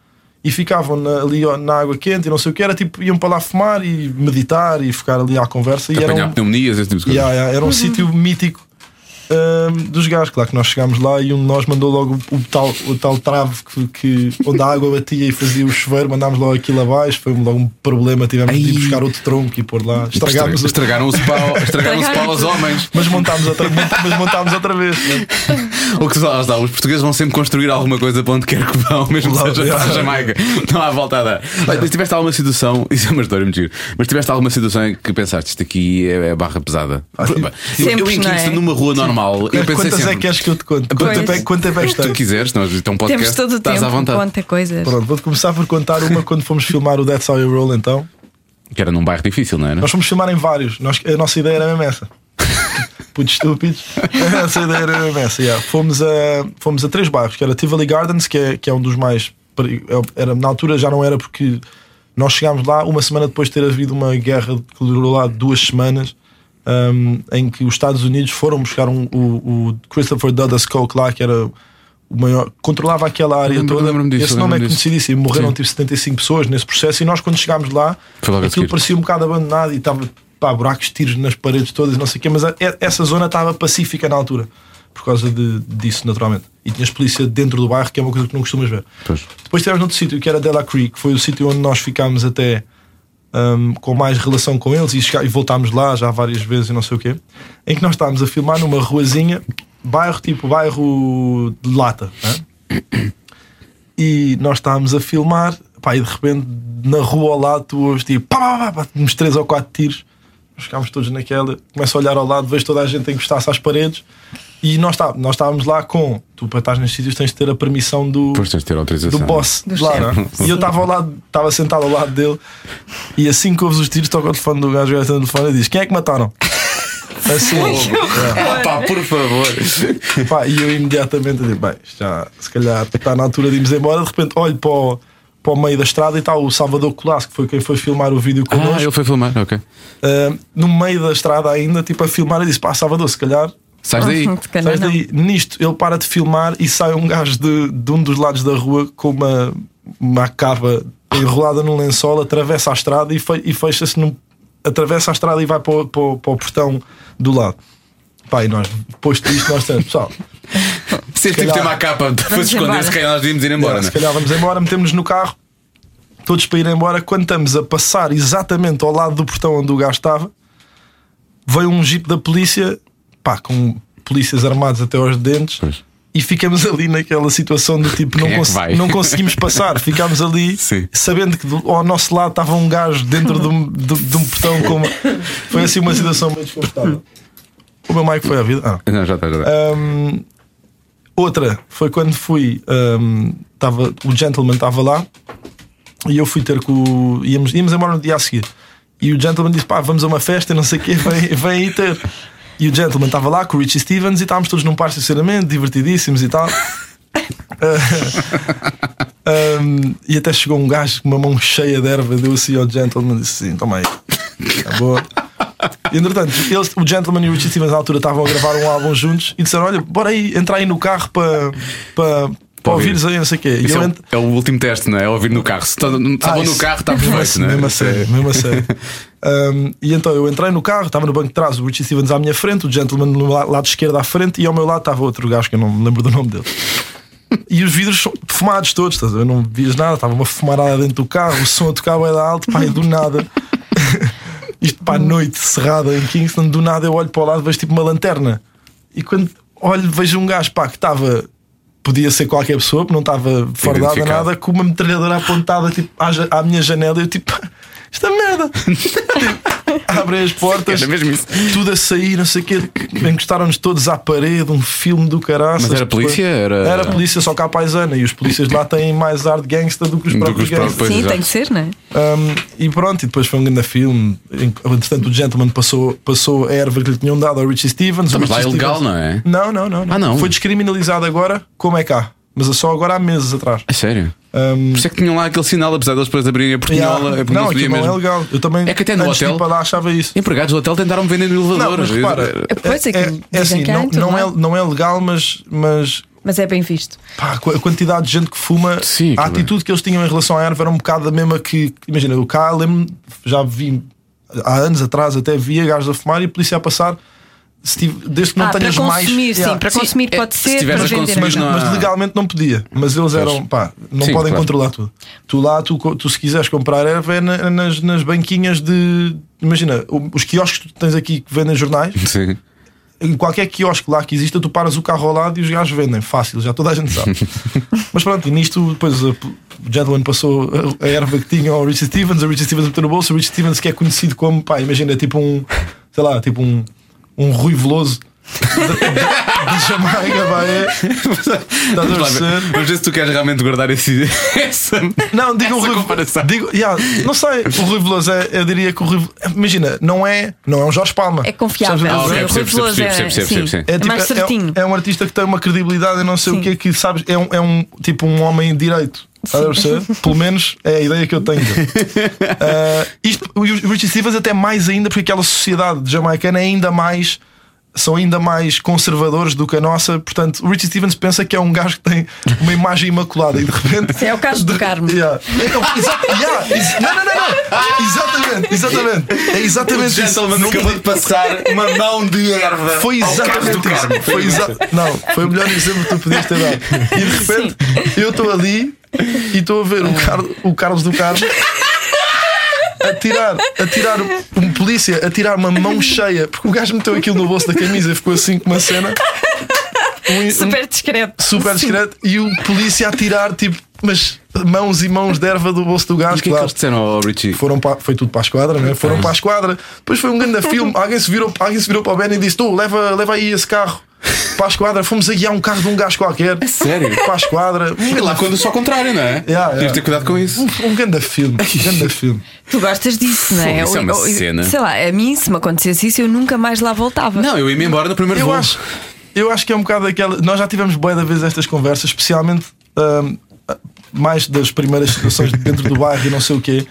Speaker 4: e ficavam na- ali ó, na água quente e não sei o que era, tipo, iam para lá fumar e meditar e ficar ali à conversa. E era
Speaker 2: Apanhar
Speaker 4: um,
Speaker 2: pneumonias, esse tipo de coisa.
Speaker 4: Yeah, yeah, era um sítio mítico hum, dos gajos. Claro que nós chegámos lá e um de nós mandou logo o, o tal, o tal trave que, que- onde a água batia e fazia o chuveiro, mandámos logo aquilo abaixo. Foi logo um problema. Tivemos de
Speaker 2: Ai.
Speaker 4: ir buscar outro tronco e pôr lá. Estragámos o
Speaker 2: Estragaram o spa, estragaram o spa aos homens.
Speaker 4: mas montámos outra, mas montámos outra vez. né?
Speaker 2: O que lá está, os portugueses vão sempre construir alguma coisa para onde quer que vão, mesmo que
Speaker 4: Lá,
Speaker 2: seja para a
Speaker 4: já.
Speaker 2: Jamaica. Não há volta a dar. Olha, Mas tiveste alguma situação, *laughs* isso é uma história mentira, mas tiveste alguma situação em que pensaste isto aqui é, é barra pesada? eu, eu
Speaker 3: Sempre,
Speaker 2: em
Speaker 3: não é?
Speaker 2: Kingston, numa rua normal, eu pensei
Speaker 4: Ah, Quantas
Speaker 2: sempre.
Speaker 4: é que queres que eu te conte?
Speaker 2: Pois.
Speaker 4: Quanto tempo é, quanto tempo é que
Speaker 2: se tu
Speaker 4: tens?
Speaker 2: quiseres, nós então um podcast,
Speaker 3: Temos todo o
Speaker 2: estás
Speaker 3: tempo,
Speaker 2: à vontade.
Speaker 3: conta coisas.
Speaker 4: Pronto, vou-te começar por contar uma quando fomos filmar o That's How You Roll então.
Speaker 2: Que era num bairro difícil, não era?
Speaker 4: Nós fomos filmar em vários. Nós, a nossa ideia era
Speaker 2: *laughs*
Speaker 4: mesmo essa. Putos estúpidos. A nossa ideia era mesmo essa. yeah. Fomos, a, fomos a três bairros, que era Tivoli Gardens, que é, que é um dos mais. peri- é, Era, na altura já não era porque nós chegámos lá uma semana depois de ter havido uma guerra que durou lá duas semanas. um, em que os Estados Unidos foram buscar um- o, o Christopher Douglas Koch lá, que era o maior, controlava aquela área
Speaker 2: Lembro-
Speaker 4: toda.
Speaker 2: lembro-me disso,
Speaker 4: Esse nome é
Speaker 2: lembro-me disso.
Speaker 4: conhecidíssimo. Morreram
Speaker 2: Sim.
Speaker 4: tipo 75 pessoas nesse processo. E nós, quando chegámos lá,
Speaker 2: Foi logo a
Speaker 4: aquilo
Speaker 2: seguir.
Speaker 4: parecia um bocado abandonado e estava pá, buracos, tiros nas paredes todas, não sei o quê, mas a- e- essa zona estava pacífica na altura, por causa de, disso, naturalmente. E tinhas polícia dentro do bairro, que é uma coisa que não costumas ver.
Speaker 2: Pois.
Speaker 4: Depois tivemos noutro sítio, que era Dela Creek, que foi o sítio onde nós ficámos até hum, com mais relação com eles e, chega- e voltámos lá já várias vezes e não sei o quê, em que nós estávamos a filmar numa ruazinha, bairro tipo bairro de lata, né? e nós estávamos a filmar, pá, e de repente na rua ao lado tu ouves tipo, pá, pá, pá, pá, uns 3 ou 4 tiros. Nós ficámos todos naquela, começo a olhar ao lado, vejo toda a gente a encostar-se às paredes e nós, tá, nós estávamos lá com, tu para estar nestes sítios tens de ter a permissão do,
Speaker 2: Depois tens de ter autorização.
Speaker 4: do boss
Speaker 3: Do
Speaker 4: de lá, não é?
Speaker 2: chefe.
Speaker 4: E eu estava ao lado, estava sentado ao lado dele e assim que ouves os tiros, toca o telefone do gajo, o gajo atende o telefone e diz: Quem é que mataram? Assim,
Speaker 2: Ah, pá, por favor.
Speaker 4: *laughs* é. Pá, e eu imediatamente digo: Bem, isto já se calhar está na altura de irmos embora. De repente, olho para o, para o meio da estrada e está o Salvador Colasso, que foi quem foi filmar o vídeo connosco.
Speaker 2: Ah, ele foi filmar, ok.
Speaker 4: ah, no meio da estrada ainda, tipo a filmar, e disse: Pá, Salvador, se calhar
Speaker 2: Sais daí.
Speaker 3: Se calhar
Speaker 4: Sais
Speaker 3: não.
Speaker 4: daí, nisto, ele para de filmar e sai um gajo de, de um dos lados da rua com uma, uma capa enrolada num lençol, atravessa a estrada e, fe- e fecha-se num. Atravessa a estrada e vai para o, para o- para o portão do lado. Pá, e nós, depois disto, nós estamos, pessoal,
Speaker 2: Se este
Speaker 4: Se
Speaker 2: tipo
Speaker 4: calhar-
Speaker 2: tema à capa *laughs* foi
Speaker 3: Vamos
Speaker 2: esconder,
Speaker 3: embora.
Speaker 2: se calhar nós devíamos ir embora,
Speaker 4: se
Speaker 2: não é?
Speaker 4: calhar vamos embora, metemos-nos no carro, todos para ir embora. Quando estamos a passar exatamente ao lado do portão onde o gajo estava, veio um jeep da polícia, pá, com polícias armados até aos dentes,
Speaker 2: Pois.
Speaker 4: e ficamos ali naquela situação do tipo, não,
Speaker 2: é que
Speaker 4: cons-
Speaker 2: vai?
Speaker 4: não conseguimos passar, ficámos
Speaker 2: *laughs*
Speaker 4: ali
Speaker 2: Sim.
Speaker 4: sabendo que do- ao nosso lado estava um gajo dentro de um, de, de um portão com uma- Foi assim uma situação meio desconfortável. O meu mic foi à vida. Ah, não.
Speaker 2: Não, já está, já está.
Speaker 4: Hum, outra foi quando fui. hum, tava, o gentleman estava lá e eu fui ter com o. Íamos, íamos embora no dia a seguir. E o gentleman disse: pá, vamos a uma festa, e não sei o quê, vem, *laughs* vem aí ter. E o gentleman estava lá com o Richie Stevens e estávamos todos num par de estacionamento, divertidíssimos e tal. Hum, e até chegou um gajo com uma mão cheia de erva, deu assim ao gentleman e disse assim: toma aí, tá boa. E, entretanto, eles, o Gentleman e o Richie Stevens na altura estavam a gravar um álbum juntos e disseram: Olha, bora aí, entra aí no carro para pa, pa
Speaker 2: ouvir.
Speaker 4: ouvires aí, não sei o quê. E
Speaker 2: Esse é,
Speaker 4: eu
Speaker 2: o-
Speaker 4: entro.
Speaker 2: é o último teste, não é? É ouvir no carro. Se está
Speaker 4: Ah,
Speaker 2: bom no
Speaker 4: isso-
Speaker 2: carro, está perfeito, não é?
Speaker 4: Mesmo assim. a sério, mesmo a sério. Um, e então eu entrei no carro, estava no banco de trás, o Richie Stevens à minha frente, o Gentleman no la- lado esquerdo à frente e ao meu lado estava outro gajo que eu não me lembro do nome dele. E os vidros são fumados todos, estás a ver? não vias nada, estava uma fumarada dentro do carro, o som a tocar bué da alto, pá, e do nada. Isto para a noite cerrada em Kingston, do nada eu olho para o lado, vejo tipo uma lanterna. E quando olho, vejo um gajo pá, que estava podia ser qualquer pessoa, porque não estava fardada
Speaker 2: Identificado.
Speaker 4: nada, com uma metralhadora apontada tipo, à, ja- à minha janela. Eu tipo, esta
Speaker 2: *laughs*
Speaker 4: merda! Tipo, Abrem as portas,
Speaker 2: Era mesmo isso.
Speaker 4: tudo a sair, não sei o quê. Encostaram-nos todos à parede, um filme do caraças. tipo,
Speaker 2: Mas era polícia? Era-
Speaker 4: Era polícia, só que à paisana. E os polícias lá têm mais ar de gangsta do que os
Speaker 2: Do que os
Speaker 4: próprios
Speaker 2: próprios-
Speaker 4: gangsters.
Speaker 2: Pois,
Speaker 3: Sim,
Speaker 2: exato.
Speaker 3: tem que ser, não é?
Speaker 4: Um, e pronto, e depois foi um grande filme. Entretanto, o Gentleman passou, passou a erva que lhe tinham dado ao Richie Stevens. O
Speaker 2: Mas lá é
Speaker 4: Richie
Speaker 2: legal,
Speaker 4: Stevens-
Speaker 2: não é?
Speaker 4: Não, não, não.
Speaker 2: Ah, não?
Speaker 4: Foi descriminalizado agora, como é cá. Mas só agora há meses atrás.
Speaker 2: É sério.
Speaker 4: Um,
Speaker 2: Por isso é que tinham lá aquele sinal, apesar deles depois abrirem a portinhola, é
Speaker 4: yeah.
Speaker 2: porque
Speaker 4: não,
Speaker 2: não se via
Speaker 4: aquilo não é
Speaker 2: mesmo.
Speaker 4: legal. Eu também
Speaker 2: É que até no
Speaker 4: antes de ir
Speaker 2: hotel-
Speaker 4: para lá achava isso.
Speaker 2: Empregados do hotel tentaram me vender no
Speaker 4: Não,
Speaker 2: elevador.
Speaker 4: mas repara,
Speaker 6: Pois é que dizem
Speaker 4: assim,
Speaker 6: que há em
Speaker 4: não,
Speaker 6: todo
Speaker 4: não, é,
Speaker 6: lado.
Speaker 4: não é legal, mas, mas
Speaker 6: Mas é bem visto.
Speaker 4: pá, a quantidade de gente que fuma,
Speaker 2: Sim,
Speaker 4: a
Speaker 2: claro.
Speaker 4: atitude que eles tinham em relação à erva era um bocado a mesma que. que- Imagina, eu cá lembro-me, já vi há anos atrás, até via gajos a fumar e a polícia a passar. se tive- desde que não
Speaker 3: Ah, para
Speaker 4: tenhas mais.
Speaker 3: consumir, sim.
Speaker 4: Yeah.
Speaker 3: Para consumir
Speaker 2: é-
Speaker 3: pode
Speaker 2: se
Speaker 3: ser.
Speaker 2: tiveres
Speaker 3: para
Speaker 2: a
Speaker 3: vender,
Speaker 2: consumir,
Speaker 3: não. é?
Speaker 2: não há-
Speaker 4: Mas legalmente não podia. Mas eles eram, pá, não
Speaker 2: Ah. Sim,
Speaker 4: podem
Speaker 2: claro.
Speaker 4: controlar tudo. Tu lá, tu, co- tu se quiseres comprar erva, é na- nas, nas banquinhas de. Imagina, o- os quiosques que tu tens aqui que vendem jornais,
Speaker 2: Sim.
Speaker 4: em qualquer quiosque lá que exista, tu paras o carro ao lado e os gajos vendem. Fácil, já toda a gente
Speaker 2: *laughs*
Speaker 4: sabe. Mas pronto, e nisto, depois a- o gentleman passou a- a erva que tinha ao Richard Stevens, o Richard Stevens meteu no bolso, o Richard Stevens que é conhecido como, pá, imagina, tipo um, sei lá, tipo um, um Rui Veloso. De, de, de Jamaica, pá, é. Estás a
Speaker 2: Vamos lá ver.
Speaker 4: perceber?
Speaker 2: Vamos ver se tu queres realmente guardar esse, *laughs* essa.
Speaker 4: Não, diga o
Speaker 2: Essa
Speaker 4: Rui
Speaker 2: comparação.
Speaker 4: Digo, yeah, não sei, o Rui Veloso é, eu diria que o Rui Imagina, não é, não é um Jorge Palma.
Speaker 3: É confiável.
Speaker 4: Sabes?
Speaker 2: Ah, ok,
Speaker 3: Rui
Speaker 2: percebo, percebo,
Speaker 3: Veloso é-
Speaker 2: percebo, percebo,
Speaker 3: sim.
Speaker 2: percebo, sim.
Speaker 3: É mais certinho.
Speaker 4: É, um artista que tem uma credibilidade e não sei
Speaker 3: Sim.
Speaker 4: o que é que sabes. É um, é um tipo um homem direito. Estás a perceber? Pelo menos é a ideia que eu tenho. Ah, isto, o Richie Stevens até mais ainda, porque aquela sociedade jamaicana é ainda mais. São ainda mais conservadores do que a nossa, portanto, o Richie Stevens pensa que é um gajo que tem uma imagem imaculada e de repente.
Speaker 6: É o caso do
Speaker 4: de-
Speaker 6: Carmo.
Speaker 4: Yeah. Então, exa- yeah, ex- não, não, não, não! Exatamente, exatamente. É exatamente isso. Nunca-
Speaker 2: de passar uma mão de erva.
Speaker 4: foi exatamente isso. Foi exa não, foi o melhor exemplo que tu podias ter dado. E de repente, eu estou ali e estou a ver o, Car o Carlos do Carmo a tirar, a tirar um polícia, a tirar uma mão cheia, porque o gajo meteu aquilo no bolso da camisa e ficou assim com uma cena. Um- um-
Speaker 3: Super discreto.
Speaker 4: super discreto e o polícia a tirar, tipo, mas mãos e mãos de erva do bolso do
Speaker 2: Mas
Speaker 4: gajo,
Speaker 2: o que é que
Speaker 4: claro.
Speaker 2: eles disseram ao Richie?
Speaker 4: Foram para- foi tudo para a esquadra, né? Foram para a esquadra. Depois foi um grande *laughs* filme. Alguém se virou, alguém se virou para o Ben e disse: Tu, leva, leva aí esse carro para a esquadra. Fomos a guiar um carro de um gajo qualquer.
Speaker 2: sério?
Speaker 4: Para a esquadra.
Speaker 2: E lá quando só ao contrário, não é?
Speaker 4: Yeah,
Speaker 2: Tive de
Speaker 4: yeah.
Speaker 2: ter cuidado com isso.
Speaker 4: Um, um grande filme. Um grande filme.
Speaker 3: Tu gostas disso, não é?
Speaker 2: Fogo, isso é
Speaker 3: Eu-
Speaker 2: uma
Speaker 3: eu-
Speaker 2: cena.
Speaker 3: Sei lá, a mim, se me acontecesse isso, eu nunca mais lá voltava.
Speaker 2: Não, eu ia-me embora no primeiro
Speaker 4: Eu
Speaker 2: voo.
Speaker 4: acho, eu acho que é um bocado aquela. Nós já tivemos boa da vez estas conversas, especialmente hum, mais das primeiras situações dentro do bairro e não sei o quê.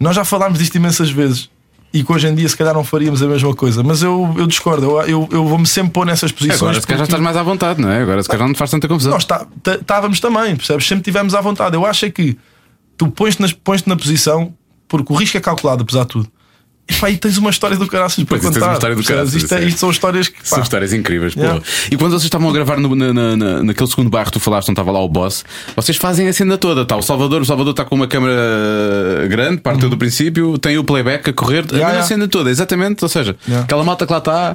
Speaker 4: Nós já falámos disto imensas vezes e que hoje em dia se calhar não faríamos a mesma coisa, mas eu, eu discordo. Eu, eu, eu vou-me sempre pôr nessas posições.
Speaker 2: Agora se calhar já
Speaker 4: porque
Speaker 2: estás mais à vontade, não é? Agora se calhar já não te faz tanta confusão.
Speaker 4: Nós tá- tá- estávamos também, percebes? Sempre tivemos à vontade. Eu acho é que tu pões-te nas- pões-te na posição porque o risco é calculado, apesar de tudo. E pá, aí tens uma história do caraças para
Speaker 2: Pois, tens
Speaker 4: contar.
Speaker 2: uma história do
Speaker 4: percebes?
Speaker 2: caraças,
Speaker 4: isto, é-
Speaker 2: sim.
Speaker 4: isto são histórias que.
Speaker 2: São
Speaker 4: pá,
Speaker 2: histórias incríveis,
Speaker 4: Yeah.
Speaker 2: porra. E quando vocês estavam a gravar no- na- na- na- naquele segundo bar que tu falaste, não estava lá o boss, vocês fazem a cena toda, tá? O Salvador, o Salvador está com uma câmera grande, partiu do princípio, tem o playback a correr, a
Speaker 4: Uhum. Yeah,
Speaker 2: mesma
Speaker 4: yeah.
Speaker 2: cena toda, exatamente. Ou seja,
Speaker 4: Yeah.
Speaker 2: aquela malta que lá está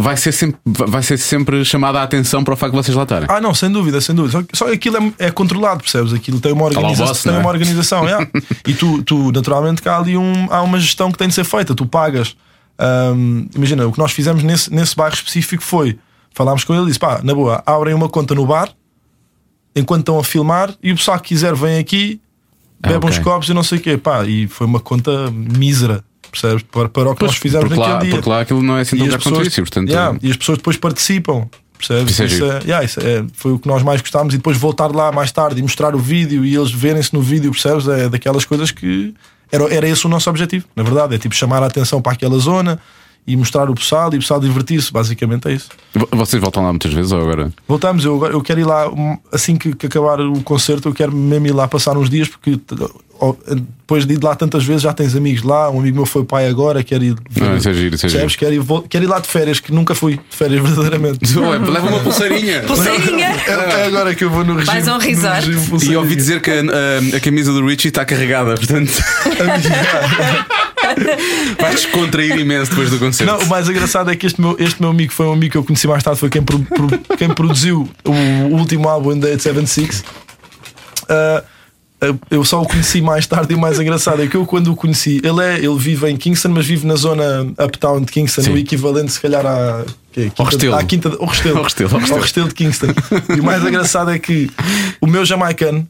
Speaker 2: vai ser, sempre, vai ser sempre chamada a atenção para o facto de vocês lá estarem.
Speaker 4: Ah, não, sem dúvida, sem dúvida. Só que- Só que aquilo é, é controlado, percebes? Aquilo tem uma
Speaker 2: lá o
Speaker 4: organização.
Speaker 2: boss,
Speaker 4: tem
Speaker 2: não é?
Speaker 4: uma organização yeah.
Speaker 2: *laughs*
Speaker 4: E tu, tu, naturalmente, que há ali um, há uma gestão que tem de ser feita. Tu pagas. hum, imagina, o que nós fizemos nesse, nesse bairro específico foi: falámos com ele e disse, pá, na boa, abrem uma conta no bar enquanto estão a filmar e o pessoal que quiser vem aqui,
Speaker 2: Ah,
Speaker 4: bebe
Speaker 2: ok.
Speaker 4: uns copos e não sei o quê. Pá, e foi uma conta mísera, percebes? Para, para o que
Speaker 2: Pois,
Speaker 4: nós fizemos
Speaker 2: porque,
Speaker 4: naquele
Speaker 2: lá,
Speaker 4: dia.
Speaker 2: porque lá aquilo não é assim tão
Speaker 4: E as
Speaker 2: lugar quanto
Speaker 4: pessoas-
Speaker 2: isso, e, portanto.
Speaker 4: Yeah, e as pessoas depois participam. Percebes?
Speaker 2: Isso é giro.
Speaker 4: é- yeah, isso é- foi o que nós mais gostámos. E depois voltar lá mais tarde e mostrar o vídeo e eles verem-se no vídeo, percebes? É daquelas coisas que era, era esse o nosso objetivo, na verdade. É tipo chamar a atenção para aquela zona e mostrar o pessoal e o pessoal divertir-se. Basicamente é isso.
Speaker 2: vo- Vocês voltam lá muitas vezes ou agora?
Speaker 4: Voltamos, eu, agora- eu quero ir lá hum, assim que, que acabar o concerto. Eu quero mesmo ir lá passar uns dias porque t- ó, depois de ir lá tantas vezes já tens amigos lá. Um amigo meu foi pai agora, quero ir.
Speaker 2: Não, isso é giro, isso é giro. *laughs*
Speaker 4: Percebes? Quero ir, vou- quero ir lá de férias, que nunca fui de férias *laughs* verdadeiramente.
Speaker 2: Ué, Leva uma pulseirinha.
Speaker 3: Pulseirinha!
Speaker 4: É, é agora que eu vou no regime.
Speaker 3: Vais a um
Speaker 4: no
Speaker 3: resort.
Speaker 4: regime
Speaker 2: E
Speaker 4: pulseirinha.
Speaker 2: tá
Speaker 4: *laughs*
Speaker 2: ouvi dizer que a, a- a camisa do Richie está carregada, portanto.
Speaker 4: A minha-
Speaker 2: Vai descontrair imenso depois do concerto.
Speaker 4: Não, o mais engraçado é que este meu, este meu amigo foi um amigo que eu conheci mais tarde, foi quem, pro- pro- quem produziu o último álbum da 876. Ah, ah, eu só o conheci mais tarde e o mais engraçado é que eu quando o conheci, ele é, ele vive em Kingston, mas vive na zona uptown de Kingston,
Speaker 2: Sim.
Speaker 4: o equivalente se calhar à, que é, quinta,
Speaker 2: Restelo.
Speaker 4: à quinta de- ao Restelo.
Speaker 2: Ao Restelo, ao Restelo.
Speaker 4: Ao Restelo de Kingston. E o mais engraçado é que o meu jamaicano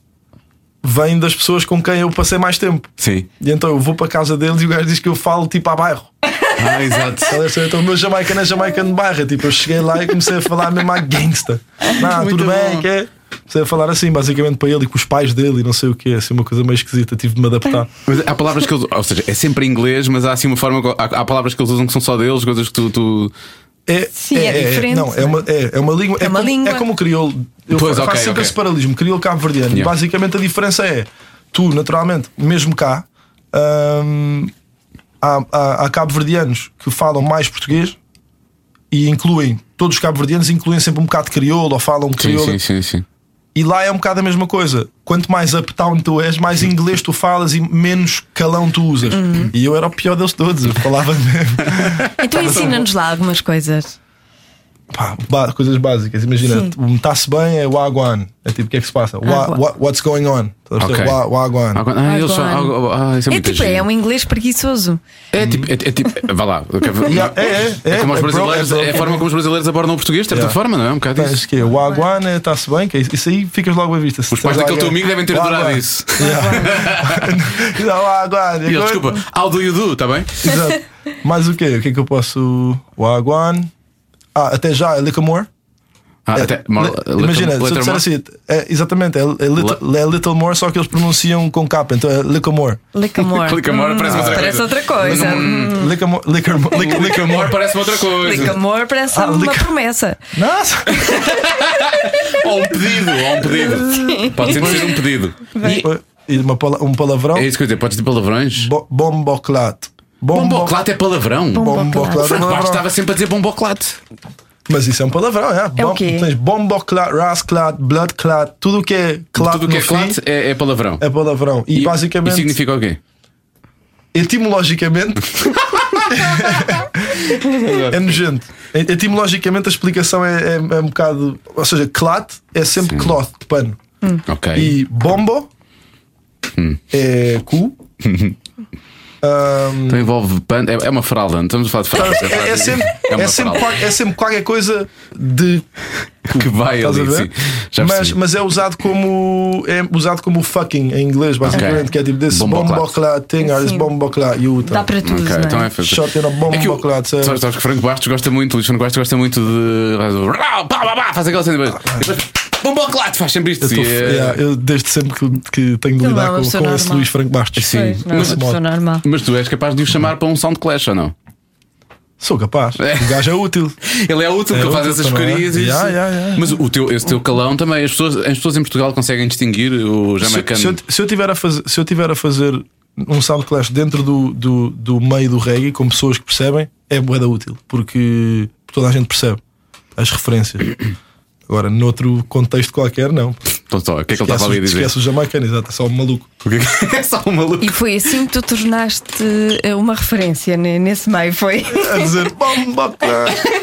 Speaker 4: vem das pessoas com quem eu passei mais tempo.
Speaker 2: Sim.
Speaker 4: E então eu vou para a casa deles e o gajo diz que eu falo tipo a bairro.
Speaker 2: Ah, exato.
Speaker 4: Estás a perceber? Então o meu jamaicano é jamaicano de barra. Tipo, eu cheguei lá e comecei a falar mesmo à gangsta. Não,
Speaker 2: Muito
Speaker 4: tudo
Speaker 2: bom.
Speaker 4: bem, que é? Comecei a falar assim, basicamente para ele e com os pais dele e não sei o que. Assim, uma coisa meio esquisita. Tive de me adaptar.
Speaker 2: Mas há palavras que eles. Ou seja, é sempre em inglês, mas há assim uma forma. Há, há palavras que eles usam que são só deles, coisas que tu. tu-
Speaker 4: É,
Speaker 3: Sim, é diferente,
Speaker 4: não, é, uma, é, é uma língua. É,
Speaker 3: uma
Speaker 4: como,
Speaker 3: língua.
Speaker 4: é como o crioulo. Eu
Speaker 2: Pois,
Speaker 4: faço
Speaker 2: ok,
Speaker 4: sempre
Speaker 2: ok.
Speaker 4: esse paralelismo. Crioulo cabo-verdiano.
Speaker 2: Yeah.
Speaker 4: Basicamente a diferença é: tu, naturalmente, mesmo cá, hum, há, há- há cabo-verdianos que falam mais português e incluem. Todos os cabo-verdianos incluem sempre um bocado de crioulo ou falam
Speaker 2: Sim,
Speaker 4: crioulo.
Speaker 2: sim, sim, sim.
Speaker 4: E lá é um bocado a mesma coisa. Quanto mais uptown tu és, mais inglês tu falas e menos calão tu usas. E eu era o pior deles todos. Eu falava *laughs* mesmo.
Speaker 3: Então ensina-nos lá algumas coisas.
Speaker 4: pá, ba- coisas básicas. Imagina, um está-se bem é wagwan. É tipo, o que é que se passa? Wa-
Speaker 3: Wagwan.
Speaker 4: wa- what's going on? Estás a perceber?
Speaker 2: Ok.
Speaker 4: Wa- Wagwan.
Speaker 2: Ah, ah, eles só. Ah, ah, isso é,
Speaker 3: É
Speaker 2: muito
Speaker 3: tipo,
Speaker 2: giro.
Speaker 3: é um inglês preguiçoso.
Speaker 2: É tipo, é, é tipo, vá lá.
Speaker 4: Yeah, é, é, é.
Speaker 2: como os
Speaker 4: É bro,
Speaker 2: brasileiros,
Speaker 4: é bro.
Speaker 2: é a forma como os brasileiros abordam o português, de certa
Speaker 4: Yeah.
Speaker 2: forma, não é? Um bocado
Speaker 4: Tens
Speaker 2: isso.
Speaker 4: que é wagwan é está-se bem. Que é isso? isso aí ficas logo à vista. tá
Speaker 2: Os pais daquele teu amigo devem ter adorado
Speaker 4: *laughs*
Speaker 2: isso.
Speaker 4: Não, wagwan. é
Speaker 2: E ele, desculpa, how do you do, está bem?
Speaker 4: Exato. Mais o quê? O que é que eu posso. Wagwan. Ah, até já, é Licamore.
Speaker 2: Ah,
Speaker 4: É,
Speaker 2: até, mor-
Speaker 4: le-
Speaker 2: letra-
Speaker 4: imagina, se eu
Speaker 2: letra
Speaker 4: disser
Speaker 2: mor-
Speaker 4: assim, é, exatamente, é, é, little, é Little More, só que eles pronunciam com capa, então é Licamore.
Speaker 2: *laughs*
Speaker 3: Licamore.
Speaker 2: Licamore parece outra
Speaker 3: Hum, Ah, parece
Speaker 2: coisa.
Speaker 3: outra coisa. Hum,
Speaker 4: Licamore. Licamore. Lic-
Speaker 2: Licamore
Speaker 4: Licamore.
Speaker 2: parece-me outra coisa.
Speaker 3: Licamore parece
Speaker 4: Ah,
Speaker 3: uma
Speaker 4: lica-
Speaker 3: promessa.
Speaker 4: Nossa!
Speaker 2: Ou um pedido, ou um pedido. Pode sempre ser um pedido.
Speaker 4: E uma, pala- um palavrão.
Speaker 2: É isso que eu ia dizer, podes dizer palavrões.
Speaker 4: Bo, bomboclate.
Speaker 2: Bomboclate é palavrão.
Speaker 4: Bomboclate.
Speaker 2: Franco Bastos
Speaker 4: Bomboclate.
Speaker 2: estava sempre a dizer bomboclate.
Speaker 4: Mas isso é um palavrão, é?
Speaker 3: É o
Speaker 4: Bom-
Speaker 3: quê?
Speaker 4: Tens bomboclate, rasclate, bloodclate, tudo o que é clate
Speaker 2: Tudo o que
Speaker 4: no
Speaker 2: é clate
Speaker 4: fim
Speaker 2: é, é palavrão.
Speaker 4: é palavrão. E,
Speaker 2: E-
Speaker 4: basicamente,
Speaker 2: E significa o quê?
Speaker 4: etimologicamente, é nojento. Et- Etimologicamente a explicação é, é, é um bocado. Ou seja, clate é sempre
Speaker 2: Sim.
Speaker 4: cloth, de pano.
Speaker 2: Ok.
Speaker 4: E bombo
Speaker 2: Hum.
Speaker 4: é
Speaker 2: *laughs*
Speaker 4: cu. Ahm,
Speaker 2: Então envolve pano. É, é uma fralda, não estamos a falar de fralda.
Speaker 4: É- É, sempre,
Speaker 2: uma
Speaker 4: é, sempre,
Speaker 2: fralda
Speaker 4: qual- é sempre qualquer coisa de.
Speaker 2: que vai
Speaker 4: Estás a
Speaker 2: ali, sim.
Speaker 4: ver?
Speaker 2: Já
Speaker 4: mas,
Speaker 2: percebi.
Speaker 4: mas é usado como. É usado como fucking em inglês, basicamente,
Speaker 2: Ok.
Speaker 4: que é tipo this
Speaker 2: Bomboclat.
Speaker 4: bombocla thing or this
Speaker 3: Sim.
Speaker 4: bombocla you.
Speaker 3: Dá para tudo,
Speaker 2: Ok,
Speaker 3: não é?
Speaker 4: né?
Speaker 2: então é fazer.
Speaker 4: Shot in a bomb
Speaker 2: É que o-
Speaker 4: bomboclat. sabe?
Speaker 2: Sabes, sabes que Franco Bastos gosta muito, Luís Franco Bastos gosta muito de. faz o- Rau, pá, pá, pá, Faz aquela cena. depois- depois, Bomboclate, faz sempre isto.
Speaker 4: Ah, Eu, tô-
Speaker 2: e é-
Speaker 4: yeah, eu desde sempre que, que tenho de
Speaker 3: Ele
Speaker 4: lidar
Speaker 3: é uma
Speaker 4: com,
Speaker 3: pessoa
Speaker 4: com esse
Speaker 3: normal.
Speaker 4: Luís Franco Bastos.
Speaker 2: Sim.
Speaker 3: Pois, não, é
Speaker 4: Mas-
Speaker 3: uma pessoa normal.
Speaker 2: Mas tu és capaz de o chamar para um sound clash ou não?
Speaker 4: Sou capaz.
Speaker 2: É.
Speaker 4: O gajo é útil.
Speaker 2: Ele é útil
Speaker 4: É
Speaker 2: que ele faz
Speaker 4: útil
Speaker 2: essas
Speaker 4: também,
Speaker 2: porcarias e
Speaker 4: é?
Speaker 2: isso.
Speaker 4: Yeah, yeah, yeah.
Speaker 2: Mas o teu, esse teu calão também, as pessoas, as pessoas em Portugal conseguem distinguir o
Speaker 4: Se,
Speaker 2: jamaicano.
Speaker 4: se eu, se eu tiver a fazer, se eu tiver a fazer um sound clash dentro do, do, do meio do reggae com pessoas que percebem, é boeda útil, porque toda a gente percebe
Speaker 2: *coughs*
Speaker 4: as referências. Agora, noutro contexto qualquer, não.
Speaker 2: Então, só, o que é que ele
Speaker 4: Esquece,
Speaker 2: estava ali a
Speaker 4: o-
Speaker 2: dizer?
Speaker 4: esquece o jamaicano, exato, é só um maluco.
Speaker 2: O que é que- *laughs* é só um maluco.
Speaker 3: E foi assim que tu tornaste eh, uma referência ne- nesse meio, foi
Speaker 4: A dizer
Speaker 3: *laughs*
Speaker 4: bomba.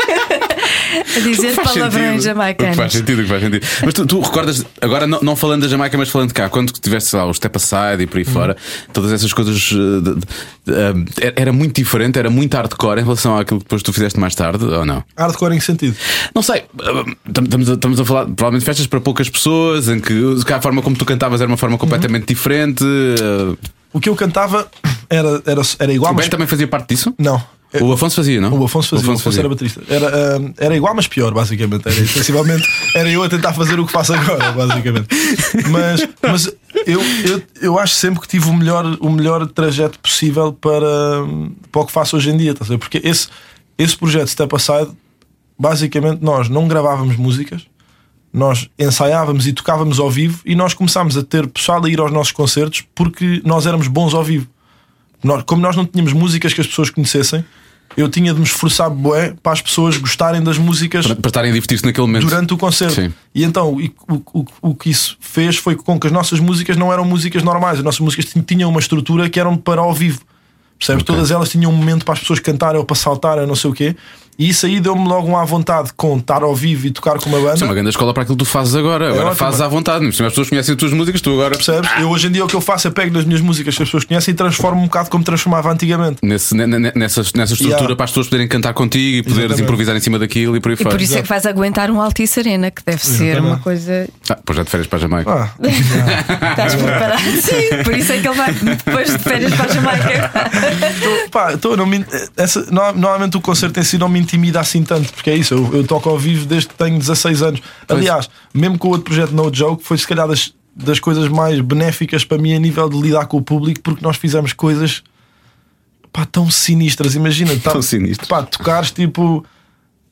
Speaker 3: a dizer
Speaker 2: Faz
Speaker 3: palavrões
Speaker 2: sentido. O que Faz
Speaker 3: jamaicanos.
Speaker 2: sentido, o que faz sentido. Mas tu, tu recordas, agora não, não falando da Jamaica, mas falando de cá, quando tiveste lá o Step Aside e por
Speaker 4: Uhum.
Speaker 2: aí fora, todas essas coisas eh, de- de- ehm, era- era muito diferente, era muito hardcore em relação àquilo que depois tu fizeste mais tarde, ou não?
Speaker 4: Hardcore em que sentido?
Speaker 2: Não sei, estamos a, estamos a falar provavelmente de festas para poucas pessoas, em que se calhar, a forma como tu cantavas era uma forma completamente diferente. eh,
Speaker 4: O que eu cantava era, era, era igual,
Speaker 2: o Ben
Speaker 4: mas.
Speaker 2: também fazia parte disso?
Speaker 4: Não.
Speaker 2: O Afonso fazia, não?
Speaker 4: O Afonso fazia, o Afonso era baterista. Era, ah, era igual, mas pior, basicamente. Era, sensivelmente, era eu a tentar fazer o que faço agora, basicamente. Mas, mas eu, eu, eu acho sempre que tive o melhor, o melhor trajeto possível para, para o que faço hoje em dia, estás a ver? Porque esse, esse projeto Step Aside, basicamente, nós não gravávamos músicas. Nós ensaiávamos e tocávamos ao vivo e nós começámos a ter pessoal a ir aos nossos concertos porque nós éramos bons ao vivo. Nós- como nós não tínhamos músicas que as pessoas conhecessem, eu tinha de me esforçar bué para as pessoas gostarem das músicas
Speaker 2: Para, para estarem a divertir-se naquele momento.
Speaker 4: durante o concerto.
Speaker 2: Sim.
Speaker 4: E então e o, o- o que isso fez foi com que as nossas músicas não eram músicas normais, as nossas músicas tin- tinham uma estrutura que eram para ao vivo. Percebes? Todas elas tinham um momento para as pessoas cantarem ou para saltarem ou não sei o quê. E isso aí deu-me logo uma à vontade com estar ao vivo e tocar com uma banda.
Speaker 2: Isso é uma grande escola para aquilo que tu fazes agora. Agora
Speaker 4: ótimo.
Speaker 2: fazes à vontade. Não é? As pessoas conhecem as tuas músicas, tu agora.
Speaker 4: Percebes? Eu hoje em dia o que eu faço é pego nas minhas músicas que as pessoas conhecem e transformo um bocado como transformava antigamente.
Speaker 2: Nesse, ne- ne- nessa, nessa estrutura
Speaker 4: Yeah.
Speaker 2: para as pessoas poderem cantar contigo e poderes
Speaker 4: Exatamente.
Speaker 2: improvisar em cima daquilo e por aí
Speaker 3: E
Speaker 2: fora.
Speaker 3: por isso é que vais aguentar um Altice Arena, que deve ser uma coisa.
Speaker 2: Ah, pois já de férias para a Jamaica.
Speaker 4: Ah,
Speaker 2: *laughs*
Speaker 3: Estás preparado? Sim, por isso é que ele vai depois de férias para a Jamaica.
Speaker 4: pá, então não me, essa, no- normalmente o concerto em si não me intimida assim tanto, porque é isso, eu, eu toco ao vivo desde que tenho 16 anos. Aliás, mesmo com o outro projeto No Joke, foi se calhar das, das coisas mais benéficas para mim a nível de lidar com o público, porque nós fizemos coisas pá, tão sinistras. Imagina, tá,
Speaker 2: Tão sinistras.
Speaker 4: pá, tocares tipo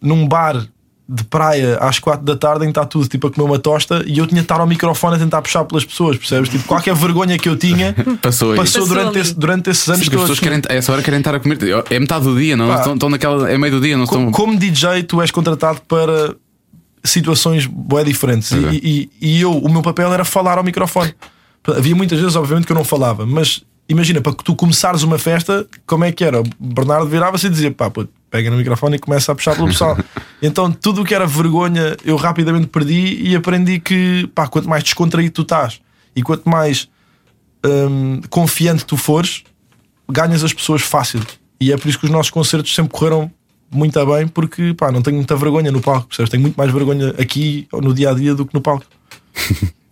Speaker 4: num bar. De praia às 4 da tarde em que está tudo tipo a comer uma tosta e eu tinha de estar ao microfone a tentar puxar pelas pessoas, percebes? Tipo, qualquer vergonha que eu tinha
Speaker 2: *laughs* Passou aí.
Speaker 4: passou,
Speaker 3: Passou
Speaker 4: durante,
Speaker 3: ali.
Speaker 4: esse- durante esses
Speaker 2: Sim,
Speaker 4: anos
Speaker 2: porque as
Speaker 4: todos.
Speaker 2: pessoas querem, a essa hora querem estar a comer. É metade do dia, não?
Speaker 4: Pá.
Speaker 2: Estão, estão naquela, é meio do dia, não
Speaker 4: Co-
Speaker 2: estão.
Speaker 4: Como DJ, tu és contratado para situações bem diferentes. E-
Speaker 2: Ok.
Speaker 4: E, e eu, o meu papel era falar ao microfone. Havia muitas vezes, obviamente, que eu não falava, mas imagina, para que tu começares uma festa, como é que era? O Bernardo virava-se e dizia: pá, puto, pega no microfone e começa a puxar
Speaker 2: *laughs*
Speaker 4: pelo pessoal. então, tudo o que era vergonha, eu rapidamente perdi e aprendi que, pá, quanto mais descontraído tu estás e quanto mais hum, confiante tu fores, ganhas as pessoas fácil. E é por isso que os nossos concertos sempre correram muito bem, porque pá, não tenho muita vergonha no palco, percebes? Tenho muito mais vergonha aqui ou no dia a dia do que no palco.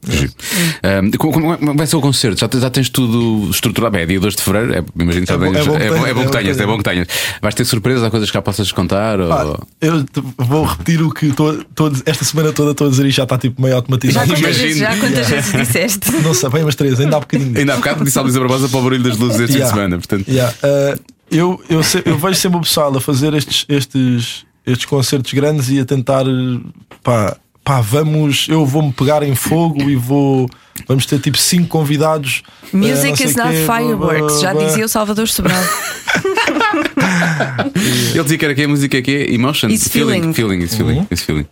Speaker 2: Giro. Ahm, como, como é- como vai ser o concerto? Já, te- já tens tudo estruturado? Bem, é dia 2 de fevereiro, é, imagino que
Speaker 4: É
Speaker 2: já
Speaker 4: bom-
Speaker 2: tens-
Speaker 4: é bom que
Speaker 2: é bom- é bom que
Speaker 4: tenhas,
Speaker 2: tenhas, é bom que tenhas. Vais ter surpresas, há coisas que já possas contar?
Speaker 4: Pá,
Speaker 2: ou...
Speaker 4: eu te- vou repetir o que estou- estou a dizer- esta semana toda estou a dizer e já está tipo meio
Speaker 3: Já
Speaker 4: automatizado.
Speaker 3: quantas,
Speaker 2: Imagino.
Speaker 3: vezes, já quantas
Speaker 2: *laughs*
Speaker 3: vezes disseste?
Speaker 4: Não sei, bem, mas três, ainda há bocadinho.
Speaker 2: Ainda há bocado disse a Luísa Barbosa para o barulho das luzes este fim de
Speaker 4: Yeah.
Speaker 2: semana, portanto.
Speaker 4: Yeah, uh, eu, eu, se- eu vejo sempre o pessoal a fazer estes, estes, estes concertos grandes e a tentar pá, pá, vamos, eu vou-me pegar em fogo e vou. Vamos ter tipo cinco convidados. uh, não
Speaker 3: Music
Speaker 4: sei
Speaker 3: is not
Speaker 4: quê, blá, blá,
Speaker 3: fireworks, já
Speaker 4: blá.
Speaker 3: dizia o Salvador Sobral.
Speaker 2: Ele dizia que era que a música que é emotion,
Speaker 3: It's
Speaker 2: feeling,
Speaker 3: feeling.
Speaker 2: feeling, it's feeling, it's feeling.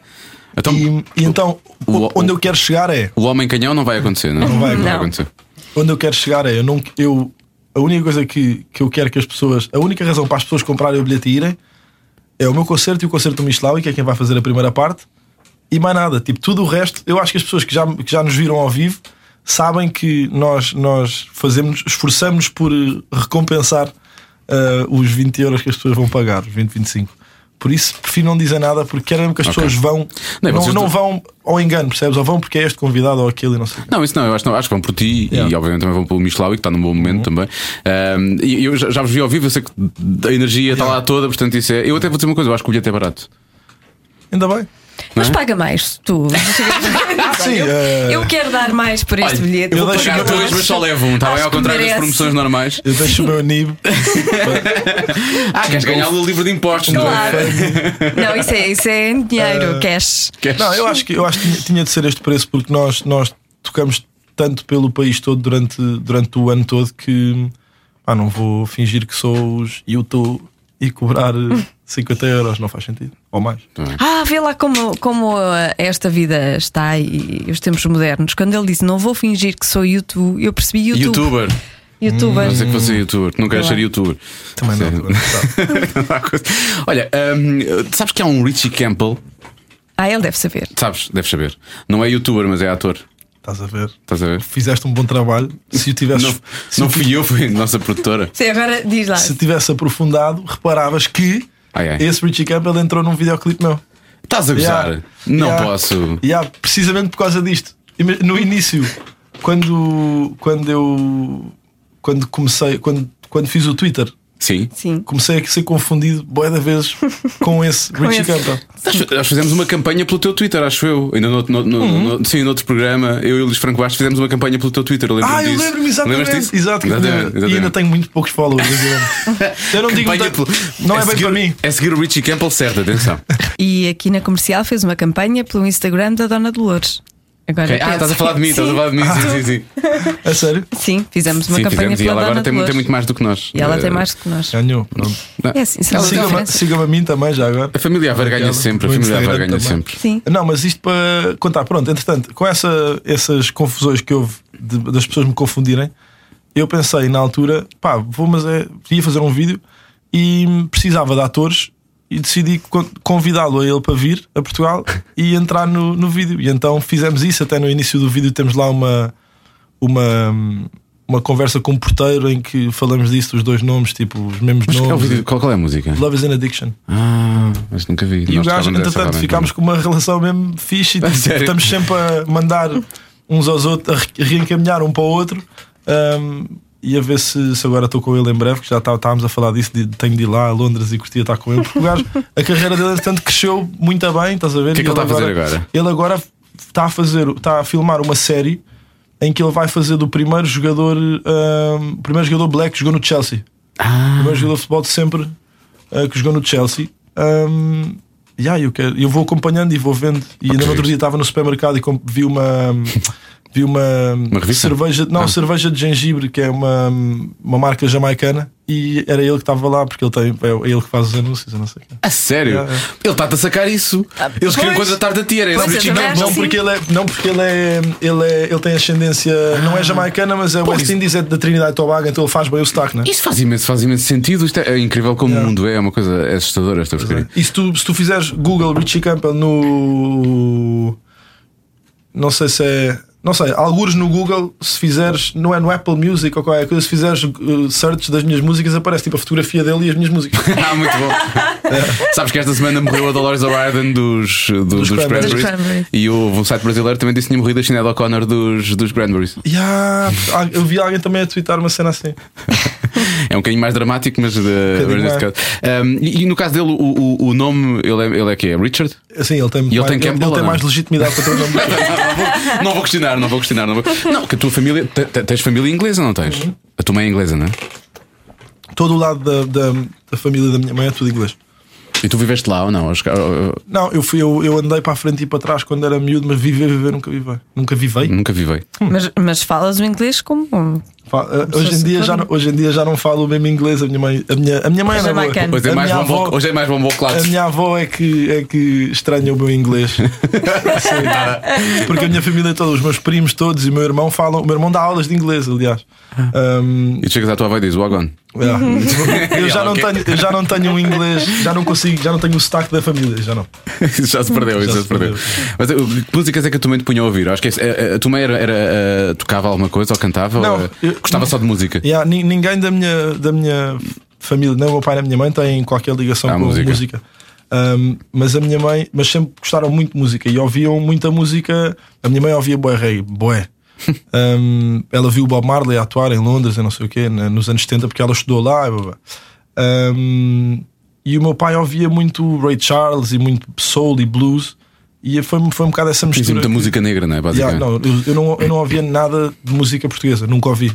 Speaker 2: Então,
Speaker 4: Uhum. E, e então,
Speaker 2: O- o-
Speaker 4: onde eu quero chegar é.
Speaker 2: o homem canhão não vai acontecer, não? é?
Speaker 4: vai
Speaker 2: não vai
Speaker 3: acontecer.
Speaker 2: acontecer.
Speaker 4: onde eu quero chegar é eu não eu a única coisa que, que eu quero que as pessoas a única razão para as pessoas comprarem o bilhete e irem é o meu concerto e o concerto do Michelau que é quem vai fazer a primeira parte e mais nada tipo tudo o resto eu acho que as pessoas que já que já nos viram ao vivo sabem que nós nós fazemos esforçamos por eh, recompensar eh, os 20 euros que as pessoas vão pagar os 20 25 por isso prefiro não dizer nada porque quero mesmo que as
Speaker 2: Ok.
Speaker 4: pessoas vão
Speaker 2: Não,
Speaker 4: não,
Speaker 2: e vocês
Speaker 4: não
Speaker 2: tu-
Speaker 4: vão ao engano percebes ou vão porque é este convidado ou aquele e não sei o quê.
Speaker 2: Não, isso não, eu acho, que não, acho que vão por ti e
Speaker 4: Yeah. Uhum.
Speaker 2: obviamente também vão pelo Michelau, que está num bom momento também. Ahm, e eu já, já vos vi ao vivo, eu sei que a energia está lá toda, portanto isso é. Eu até vou dizer uma coisa, eu acho que o bilhete é barato.
Speaker 4: ainda bem
Speaker 3: Mas paga mais, tu.
Speaker 4: *laughs* Sim,
Speaker 3: é eu,
Speaker 4: eh,
Speaker 3: eu quero dar mais por este
Speaker 2: Olha,
Speaker 3: bilhete.
Speaker 4: eu
Speaker 3: Vou
Speaker 4: deixo
Speaker 3: pagar
Speaker 4: o meu-
Speaker 3: mais.
Speaker 2: dois, mas só levo um, está
Speaker 3: Acho
Speaker 2: bem? Ao
Speaker 3: que
Speaker 2: contrário das
Speaker 3: merece.
Speaker 2: promoções normais.
Speaker 4: Eu deixo
Speaker 2: *laughs*
Speaker 4: o meu NIB.
Speaker 2: Ah, queres ganhar o livro de impostos, não é?
Speaker 3: Claro.
Speaker 4: *laughs*
Speaker 3: Não, isso é, isso é em dinheiro, cash.
Speaker 2: Queres-
Speaker 4: Não, eu acho que, eu acho que tinha, tinha de ser este preço porque nós, nós tocamos tanto pelo país todo durante, durante o ano todo que pá, não vou fingir que sou os YouTube e cobrar
Speaker 2: *laughs*
Speaker 4: eh, 50 euros, não faz sentido. Ou mais.
Speaker 3: Ah, vê lá como, como ah, esta vida está e os tempos modernos. Quando ele disse não vou fingir que sou YouTube, eu percebi YouTube. Hum,
Speaker 2: Youtuber,
Speaker 3: YouTuber.
Speaker 2: não sei que fosse youtuber, tu não queres ser youtuber.
Speaker 4: Hum. Também não.
Speaker 2: *laughs* Sim.
Speaker 4: Tá.
Speaker 2: Olha, ahm, sabes que há um Richie Campbell,
Speaker 3: Ah, ele deve saber.
Speaker 2: sabes, deves saber. Não é youtuber, mas é ator.
Speaker 4: Estás a ver?
Speaker 2: Estás a ver?
Speaker 4: Fizeste um bom trabalho. Se o tivesses,
Speaker 2: Não,
Speaker 4: se,
Speaker 2: não
Speaker 4: o ti-
Speaker 2: fui eu, foi a nossa produtora.
Speaker 3: Sim, agora diz lá.
Speaker 4: se tivesse aprofundado, reparavas que
Speaker 2: Ai, ai.
Speaker 4: esse Richie Campbell entrou num videoclipe meu.
Speaker 2: Estás a gozar?
Speaker 4: Yeah.
Speaker 2: Não
Speaker 4: Yeah.
Speaker 2: posso.
Speaker 4: Yeah, precisamente por causa disto. Ima- No início, quando, quando eu quando comecei, quando, quando fiz o Twitter,
Speaker 2: Sim.
Speaker 3: Sim.
Speaker 4: comecei a ser confundido boa da vez com esse Richie
Speaker 3: esse.
Speaker 4: Campbell.
Speaker 2: Nós, nós fizemos uma campanha pelo teu Twitter, acho eu. Ainda no, no, no,
Speaker 4: Uhum.
Speaker 2: no- sim, noutro programa, eu e o Luís Franco Bastos fizemos uma campanha pelo teu Twitter. Eu lembro
Speaker 4: Ah, eu
Speaker 2: disso. Lembras
Speaker 4: lembro-me exatamente.
Speaker 2: disso?
Speaker 4: Exato, que
Speaker 2: Exatamente,
Speaker 4: tinha- E ainda
Speaker 2: exatamente.
Speaker 4: tenho muito poucos followers.
Speaker 2: *laughs*
Speaker 4: exatamente. Eu não digo
Speaker 2: Campanha
Speaker 4: muito-
Speaker 2: pelo-
Speaker 4: Não é bem
Speaker 2: seguir,
Speaker 4: para mim.
Speaker 2: É seguir o Richie Campbell certo, atenção.
Speaker 3: E aqui na comercial fez uma campanha pelo Instagram da Dona Dolores. Agora
Speaker 2: Ok. Ah,
Speaker 3: penso-
Speaker 2: estás a falar de mim, estás a
Speaker 3: Sim,
Speaker 2: falar de mim. Sim, sim, sim.
Speaker 4: A sério?
Speaker 3: Sim, fizemos uma
Speaker 2: Sim,
Speaker 3: campanha
Speaker 2: fizemos. E
Speaker 3: pela
Speaker 2: ela
Speaker 3: Dona
Speaker 2: agora tem,
Speaker 3: Dolores.
Speaker 2: tem muito mais do que nós.
Speaker 3: E ela tem
Speaker 2: Eh,
Speaker 3: mais que nós.
Speaker 4: Ganhou. pronto.
Speaker 2: não.
Speaker 3: É assim, será uma
Speaker 4: Siga-me
Speaker 3: diferença.
Speaker 4: siga-me a mim também, já agora.
Speaker 2: A família Avar ganha
Speaker 4: Obrigado.
Speaker 2: sempre. A
Speaker 4: No
Speaker 2: família Avar
Speaker 4: Instagram
Speaker 2: ganha
Speaker 4: também.
Speaker 2: sempre.
Speaker 3: Sim.
Speaker 4: Não, mas isto para contar, pronto, entretanto, com essa, essas confusões que houve de- das pessoas me confundirem, eu pensei na altura, pá, vou, mas é, ia fazer um vídeo e precisava de atores e decidi con- convidá-lo a ele para vir a Portugal e entrar no, no vídeo. E então fizemos isso, até no início do vídeo temos lá uma, uma, uma conversa com o porteiro em que falamos disso, os dois nomes, tipo, os mesmos
Speaker 2: Mas qual é, o
Speaker 4: nomes.
Speaker 2: vídeo- qual- qual é a música?
Speaker 4: Love is an Addiction.
Speaker 2: Ah, mas nunca vi.
Speaker 4: E
Speaker 2: Nós
Speaker 4: o gajo,
Speaker 2: tocávamos essa
Speaker 4: entretanto,
Speaker 2: hora,
Speaker 4: ficámos
Speaker 2: então.
Speaker 4: com uma relação mesmo fixe
Speaker 2: *laughs*
Speaker 4: e tipo,
Speaker 2: sério?
Speaker 4: estamos sempre a mandar uns aos outros, a re- reencaminhar um para o outro. hum, e a ver se, se agora estou com ele em breve, que já tá- estávamos a falar disso, de, tenho de ir lá a Londres e curtir estar com ele, porque o gajo, a carreira dele, entretanto, cresceu muito bem, estás a ver?
Speaker 2: O que é que
Speaker 4: E
Speaker 2: ele está a fazer agora?
Speaker 4: Ele agora está a fazer, está a filmar uma série em que ele vai fazer do primeiro jogador, hum, primeiro jogador black que jogou no Chelsea o melhor jogador de Uhum. futebol de sempre eh, que jogou no Chelsea. Um, yeah, eu, quero, eu vou acompanhando e vou vendo. E ainda no outro dia estava no supermercado e comp- vi uma. Vi uma,
Speaker 2: revista?
Speaker 4: cerveja, não,
Speaker 2: Ah.
Speaker 4: cerveja de gengibre, que é uma, uma marca jamaicana, e era ele que estava lá, porque ele tem, é ele que faz os anúncios, eu não sei o quê.
Speaker 2: A sério?
Speaker 4: É, é.
Speaker 2: Ele está-te a sacar isso. Eles queriam
Speaker 3: Ah, pois.
Speaker 2: contratar da tia. era
Speaker 3: Pois,
Speaker 2: esse
Speaker 3: eu também
Speaker 2: original.
Speaker 3: acho assim.
Speaker 4: Não
Speaker 3: Sim.
Speaker 4: porque, ele é, não porque ele é, ele é- ele tem ascendência, não
Speaker 2: Ah.
Speaker 4: é jamaicana, mas é West Indies, é da Trinidade e Tobago, então ele faz bem o sotaque, né?
Speaker 2: Isto faz imenso, faz imenso sentido. Isto é, é incrível como o
Speaker 4: Yeah.
Speaker 2: mundo é, é uma coisa é assustadora esta porcaria.
Speaker 4: E se tu, se tu fizeres Google Richie Campbell no. Não sei se é. Não sei, algures no Google, se fizeres. Não é no Apple Music ou qualquer coisa, se fizeres uh, search das minhas músicas, aparece tipo a fotografia dele e as minhas músicas.
Speaker 2: *laughs* Ah, muito bom. Sabes que esta semana morreu a Dolores O'Riordan dos, do- É. dos,
Speaker 4: Cranberries.
Speaker 2: Cranberries.
Speaker 3: Dos Cranberries.
Speaker 2: E houve um site brasileiro que também disse que tinha morrido a Sinead O'Connor dos, dos Cranberries.
Speaker 4: e há- há- ah, eu vi alguém também a twittar uma cena assim.
Speaker 2: É um bocadinho mais dramático, mas, uh, mas neste
Speaker 4: mais.
Speaker 2: caso. Um, e, e no caso dele, o, o, o nome, ele é, ele é que é? *laughs* Richard?
Speaker 4: Assim, ele tem,
Speaker 2: E ele
Speaker 4: mais-
Speaker 2: tem
Speaker 4: ele,
Speaker 2: Campbell ou
Speaker 4: tem
Speaker 2: não?
Speaker 4: mais legitimidade para ter o nome dele.
Speaker 2: *laughs* não, vou, não vou questionar, não vou questionar. Não, vou... não que a tua família. te- te- Tens família inglesa, não tens? A tua mãe é inglesa, não é?
Speaker 4: Todo o lado da, da- da família da minha mãe é tudo inglês.
Speaker 2: E tu viveste lá ou não? Acho que- eu- eu
Speaker 4: Não, eu, fui, eu, eu andei para a frente e para trás quando era miúdo, mas viver, viver, nunca vivei. Nunca vivei.
Speaker 2: Nunca vivei.
Speaker 3: Mas, mas falas o inglês como.
Speaker 4: Fa- uh, Hoje em, dia já não, hoje em dia já não falo bem inglês. A minha mãe, a minha, a minha mãe
Speaker 3: Mas
Speaker 4: era
Speaker 3: é
Speaker 4: boa.
Speaker 3: bacana.
Speaker 2: Hoje é
Speaker 4: Hum. A
Speaker 2: mais
Speaker 4: minha
Speaker 2: bom
Speaker 4: avó-
Speaker 2: bo- Hoje é mais bom
Speaker 4: A
Speaker 2: claro.
Speaker 4: minha avó é que, é que estranha o meu
Speaker 2: *laughs*
Speaker 4: inglês. Sim. Porque a minha família toda, os meus primos todos e o meu irmão falam. O meu irmão dá aulas de inglês, aliás. Um,
Speaker 2: E tu chegas à tua avó e dizes: Wagon.
Speaker 4: é.
Speaker 2: *laughs*
Speaker 4: eu, já não
Speaker 2: Ok.
Speaker 4: tenho, eu já não tenho um inglês, já não consigo, já não tenho o sotaque da família, já não.
Speaker 2: Isso *laughs* já se perdeu, isso já se perdeu. Mas uh, que músicas é que a tua mãe te punha a ouvir? Acho que esse- eh, a, a- a tua mãe era, era, uh, tocava alguma coisa ou cantava?
Speaker 4: Não,
Speaker 2: ou, uh,
Speaker 4: eu-
Speaker 2: gostava só de música?
Speaker 4: Yeah, nin- ninguém da minha, da minha família, nem o meu pai nem a minha mãe, tem qualquer ligação
Speaker 2: À
Speaker 4: com
Speaker 2: música.
Speaker 4: música. Um, mas a minha mãe, mas sempre gostaram muito de música e ouviam muita música. A minha mãe ouvia boé
Speaker 2: *laughs*
Speaker 4: rei, boé. Um, ela viu o Bob Marley atuar em Londres, eu não sei o quê, na- nos anos 70, porque ela estudou lá. e blá, blá. Um, e o meu pai ouvia muito Ray Charles e muito soul e blues. E foi, foi um bocado essa
Speaker 2: Tinha
Speaker 4: mistura.
Speaker 2: muita
Speaker 4: que-
Speaker 2: música negra, não é?
Speaker 4: Yeah,
Speaker 2: Basicamente.
Speaker 4: não, eu, eu não, eu não ouvia nada de música portuguesa, nunca ouvi.